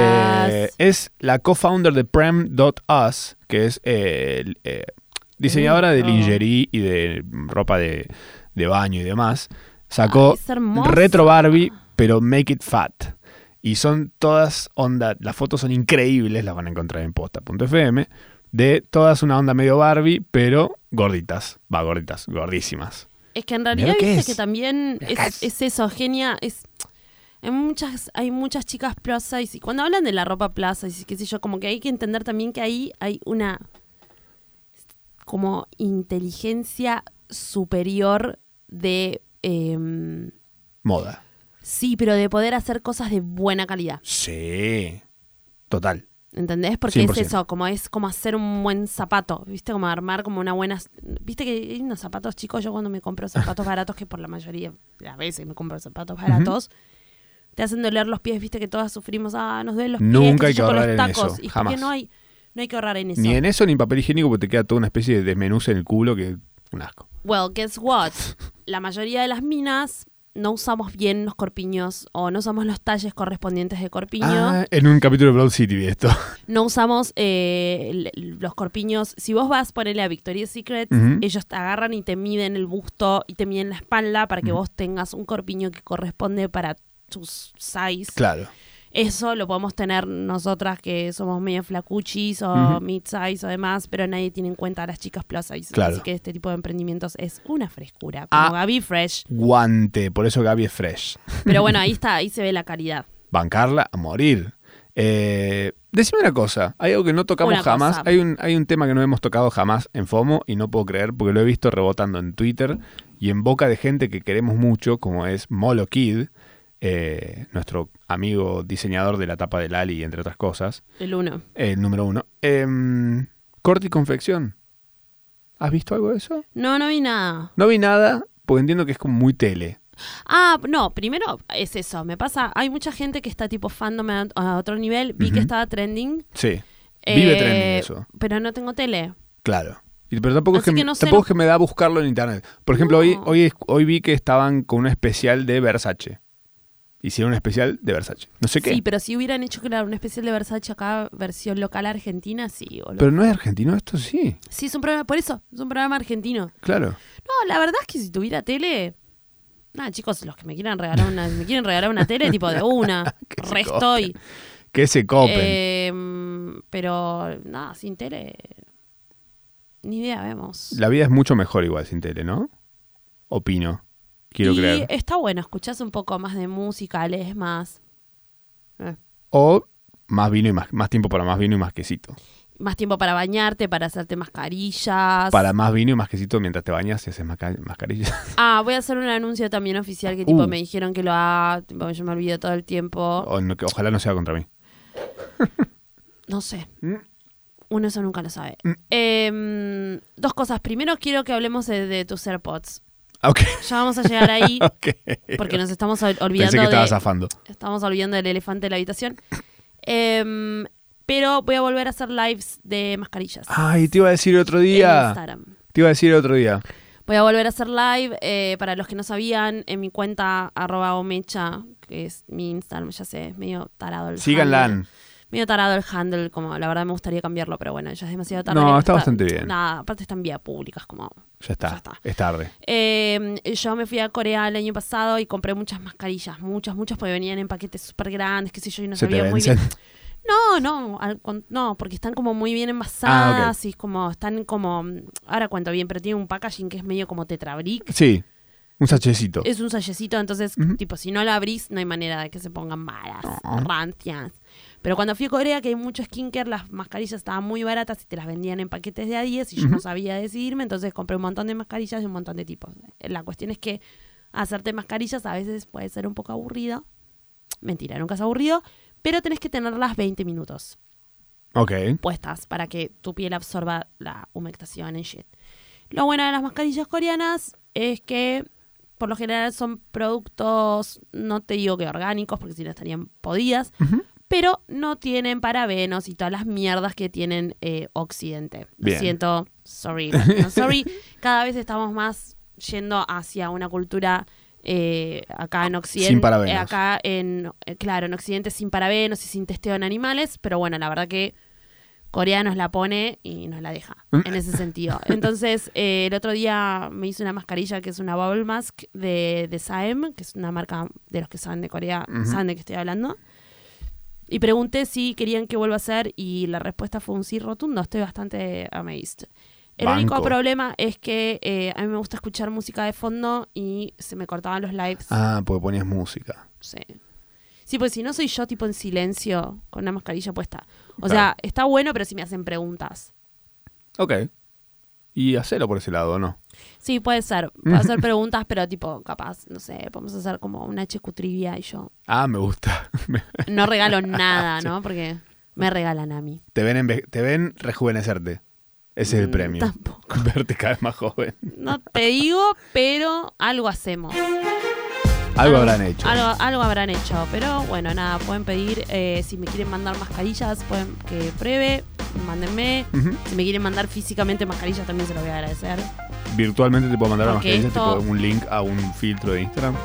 Speaker 2: Eh, es la co-founder de Prem.us, que es eh, el, eh, diseñadora de
Speaker 3: Oh.
Speaker 2: lingerie y de ropa de, de baño y demás. Sacó
Speaker 3: Ay, es hermosa.
Speaker 2: Retro Barbie, pero Make It Fat. Y son todas onda, las fotos son increíbles, las van a encontrar en posta.fm, de todas una onda medio Barbie, pero gorditas, va, gorditas, gordísimas.
Speaker 3: Es que en
Speaker 2: Mirá
Speaker 3: realidad
Speaker 2: lo que
Speaker 3: viste
Speaker 2: es.
Speaker 3: que también
Speaker 2: Mirá lo
Speaker 3: es,
Speaker 2: que es.
Speaker 3: es eso, genia, es hay muchas, hay muchas chicas plus size y cuando hablan de la ropa plus size, qué sé yo, como que hay que entender también que ahí hay una como inteligencia superior de em,
Speaker 2: Moda.
Speaker 3: sí, pero de poder hacer cosas de buena calidad.
Speaker 2: Sí. Total.
Speaker 3: ¿Entendés? Porque es
Speaker 2: 100%.
Speaker 3: eso, como es como hacer un buen zapato, ¿viste? Como armar como una buena... ¿Viste que hay unos zapatos chicos? Yo cuando me compro zapatos baratos, que por la mayoría de las veces me compro zapatos baratos, te hacen doler los pies, ¿viste? Que todas sufrimos, ah, nos duelen los pies.
Speaker 2: Nunca
Speaker 3: qué sé
Speaker 2: hay que
Speaker 3: yo, con
Speaker 2: ahorrar
Speaker 3: los
Speaker 2: en
Speaker 3: tacos.
Speaker 2: eso,
Speaker 3: Y es
Speaker 2: jamás.
Speaker 3: porque no hay, no hay que ahorrar en eso.
Speaker 2: Ni en eso ni en papel higiénico porque te queda toda una especie de desmenuza en el culo que un asco.
Speaker 3: Well, guess what? La mayoría de las minas no usamos bien los corpiños o no usamos los talles correspondientes de corpiño.
Speaker 2: Ah, en un capítulo de Broad City vi esto.
Speaker 3: no usamos eh, l- los corpiños. Si vos vas, ponele a Victoria's Secret,
Speaker 2: Ujú.
Speaker 3: ellos te agarran y te miden el busto y te miden la espalda para que vos tengas un corpiño que corresponde para tus size.
Speaker 2: Claro.
Speaker 3: Eso lo podemos tener nosotras que somos medio flacuchis o mid-size o demás, pero nadie tiene en cuenta a las chicas plus size.
Speaker 2: Claro.
Speaker 3: Así que este tipo de emprendimientos es una frescura, como
Speaker 2: Ah.
Speaker 3: Gaby Fresh.
Speaker 2: Guante, por eso Gaby es fresh.
Speaker 3: Pero bueno, ahí está, ahí se ve la calidad.
Speaker 2: Bancarla a morir. Eh, decime una cosa, hay algo que no tocamos
Speaker 3: Una
Speaker 2: jamás,
Speaker 3: cosa.
Speaker 2: hay un, hay un tema que no hemos tocado jamás en FOMO y no puedo creer porque lo he visto rebotando en Twitter y en boca de gente que queremos mucho, como es Molo Kid, eh, nuestro amigo diseñador de la tapa del Ali, entre otras cosas.
Speaker 3: El uno.
Speaker 2: El Eh, número uno. Em, corte y confección. ¿Has visto algo de eso?
Speaker 3: No, no vi nada.
Speaker 2: No vi nada, porque entiendo que es como muy tele.
Speaker 3: Ah, no, primero es eso, me pasa, hay mucha gente que está tipo fandom a, a otro nivel, vi que estaba trending.
Speaker 2: Sí. Vive
Speaker 3: eh,
Speaker 2: trending eso.
Speaker 3: Pero no tengo tele.
Speaker 2: Claro. Y- Pero tampoco, es
Speaker 3: Así
Speaker 2: que,
Speaker 3: que
Speaker 2: me-
Speaker 3: no sé,
Speaker 2: tampoco
Speaker 3: no-
Speaker 2: es que me da buscarlo en internet. Por ejemplo,
Speaker 3: No.
Speaker 2: hoy, hoy, hoy vi que estaban con un especial de Versace. Hicieron un especial de Versace. No sé qué.
Speaker 3: Sí, pero si hubieran hecho, claro, un especial de Versace acá, versión local argentina, sí, boludo.
Speaker 2: Pero no es argentino esto, sí.
Speaker 3: Sí, es un programa, por eso, es un programa argentino.
Speaker 2: Claro.
Speaker 3: No, la verdad es que si tuviera tele. Nada, chicos, los que me quieran regalar una, me quieren regalar una tele, tipo de una.
Speaker 2: Que se
Speaker 3: Resto y.
Speaker 2: Que se copen.
Speaker 3: Eh, pero nada, sin tele. Ni idea, vemos.
Speaker 2: La vida es mucho mejor igual sin tele, ¿no? Opino. Quiero
Speaker 3: y
Speaker 2: creer.
Speaker 3: está bueno, escuchás un poco más de música, lees más. Eh,
Speaker 2: O más vino y más, más tiempo para más vino y más quesito.
Speaker 3: Más tiempo para bañarte, para hacerte mascarillas.
Speaker 2: Para más vino y más quesito mientras te bañas y haces masca- mascarillas.
Speaker 3: Ah, voy a hacer un anuncio también oficial que tipo
Speaker 2: Uh.
Speaker 3: me dijeron que lo haga, tipo, yo me olvido todo el tiempo.
Speaker 2: O no- que ojalá no sea contra mí.
Speaker 3: No sé. Uno eso nunca lo sabe. Em, dos cosas. Primero quiero que hablemos de, de tus AirPods.
Speaker 2: Ah, Ok.
Speaker 3: Ya vamos a llegar ahí
Speaker 2: Ok.
Speaker 3: porque nos estamos ol- olvidando
Speaker 2: Pensé que estaba
Speaker 3: de,
Speaker 2: zafando.
Speaker 3: Estamos olvidando del elefante de la habitación. Em, pero voy a volver a hacer lives de mascarillas.
Speaker 2: Ay, te iba a decir otro
Speaker 3: en
Speaker 2: día.
Speaker 3: Instagram.
Speaker 2: Te iba a decir otro día.
Speaker 3: Voy a volver a hacer live. eh, para los que no sabían, en mi cuenta arroba omecha, que es mi Instagram, ya sé, es medio tarado el
Speaker 2: Síganla.
Speaker 3: handle. Medio tarado el handle, como la verdad me gustaría cambiarlo, pero bueno, ya es demasiado tarde.
Speaker 2: No, está bastante bien.
Speaker 3: Nada, aparte están vía públicas, como
Speaker 2: Ya está.
Speaker 3: Ya está.
Speaker 2: Es tarde.
Speaker 3: Eh, yo me fui a Corea el año pasado y compré muchas mascarillas, muchas, muchas, porque venían en paquetes súper grandes, qué sé yo, y no
Speaker 2: Se te
Speaker 3: sabía muy bien.
Speaker 2: vencen.
Speaker 3: No, no, al con- no, porque están como muy bien envasadas
Speaker 2: Ah,
Speaker 3: y como están como, mm, ahora cuento bien, pero tiene un packaging que es medio como tetrabric.
Speaker 2: Sí. Un sachecito.
Speaker 3: Es un sallecito, entonces, tipo, si no la abrís, no hay manera de que se pongan malas, rancias. Pero cuando fui a Corea, que hay mucho skincare, las mascarillas estaban muy baratas y te las vendían en paquetes de a 10 y yo no sabía decidirme, entonces compré un montón de mascarillas de un montón de tipos. La cuestión es que hacerte mascarillas a veces puede ser un poco aburrido. Mentira, nunca es aburrido, pero tenés que tenerlas 20 minutos
Speaker 2: Ok.
Speaker 3: puestas para que tu piel absorba la humectación en shit. Lo bueno de las mascarillas coreanas es que por lo general son productos, no te digo que orgánicos, porque si no estarían podidas, pero no tienen parabenos y todas las mierdas que tienen eh, Occidente. Lo
Speaker 2: Bien.
Speaker 3: siento, sorry, but no sorry. Cada vez estamos más yendo hacia una cultura eh, acá en Occidente.
Speaker 2: Sin parabenos.
Speaker 3: eh, acá en, eh, claro, en Occidente sin parabenos y sin testeo en animales, pero bueno, la verdad que Corea nos la pone y nos la deja,
Speaker 2: Mm.
Speaker 3: en ese sentido. Entonces, eh, el otro día me hice una mascarilla que es una bubble mask de, de Saem, que es una marca de los que saben de Corea, saben de qué estoy hablando. Y pregunté si querían que vuelva a hacer y la respuesta fue un sí rotundo. Estoy bastante amazed. El único
Speaker 2: Banco.
Speaker 3: problema es que eh, a mí me gusta escuchar música de fondo y se me cortaban los lives.
Speaker 2: Ah, porque ponías música.
Speaker 3: Sí. Sí, pues si no soy yo tipo en silencio con una mascarilla puesta. O
Speaker 2: Claro.
Speaker 3: sea, está bueno, pero si me hacen preguntas.
Speaker 2: Ok. Y hacelo por ese lado, ¿o ¿no?
Speaker 3: Sí, puede ser. Puedo hacer preguntas, pero tipo, capaz, no sé, podemos hacer como una HQ trivia y yo
Speaker 2: Ah, me gusta. Me-
Speaker 3: no regalo nada, ¿no? Porque me regalan a mí.
Speaker 2: te, ven enve- te ven rejuvenecerte. Ese es el premio.
Speaker 3: Mm, tampoco.
Speaker 2: Verte cada vez más joven.
Speaker 3: No te digo, pero algo hacemos.
Speaker 2: Algo habrán hecho.
Speaker 3: Ah, Algo, algo habrán hecho. Pero bueno, nada, pueden pedir, eh, si me quieren mandar mascarillas, pueden que pruebe, mándenme.
Speaker 2: Ujú.
Speaker 3: Si me quieren mandar físicamente mascarillas, también se lo voy a agradecer.
Speaker 2: Virtualmente te puedo mandar
Speaker 3: Porque
Speaker 2: a mascarilla,
Speaker 3: esto-
Speaker 2: tipo un link a un filtro de Instagram.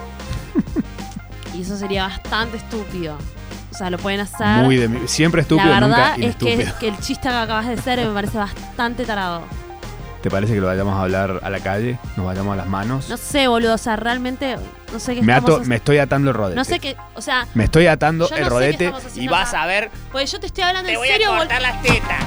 Speaker 3: Y eso sería bastante estúpido. O sea, lo pueden hacer.
Speaker 2: Muy de mi- Siempre estúpido,
Speaker 3: la
Speaker 2: nunca
Speaker 3: verdad es que,
Speaker 2: inestúpido.
Speaker 3: que el chiste que acabas de hacer me parece bastante tarado.
Speaker 2: ¿Te parece que lo vayamos a hablar a la calle? ¿Nos vayamos a las manos?
Speaker 3: No sé, boludo. O sea, realmente no sé qué
Speaker 2: me,
Speaker 3: estamos
Speaker 2: ato-
Speaker 3: hac-
Speaker 2: me estoy atando el rodete.
Speaker 3: No sé qué. O sea,
Speaker 2: Me estoy atando
Speaker 3: Yo
Speaker 2: el
Speaker 3: no sé qué
Speaker 2: rodete
Speaker 3: estamos haciendo
Speaker 2: y vas
Speaker 3: acá.
Speaker 2: a ver.
Speaker 3: pues yo te estoy hablando en serio, bol-
Speaker 7: las tetas.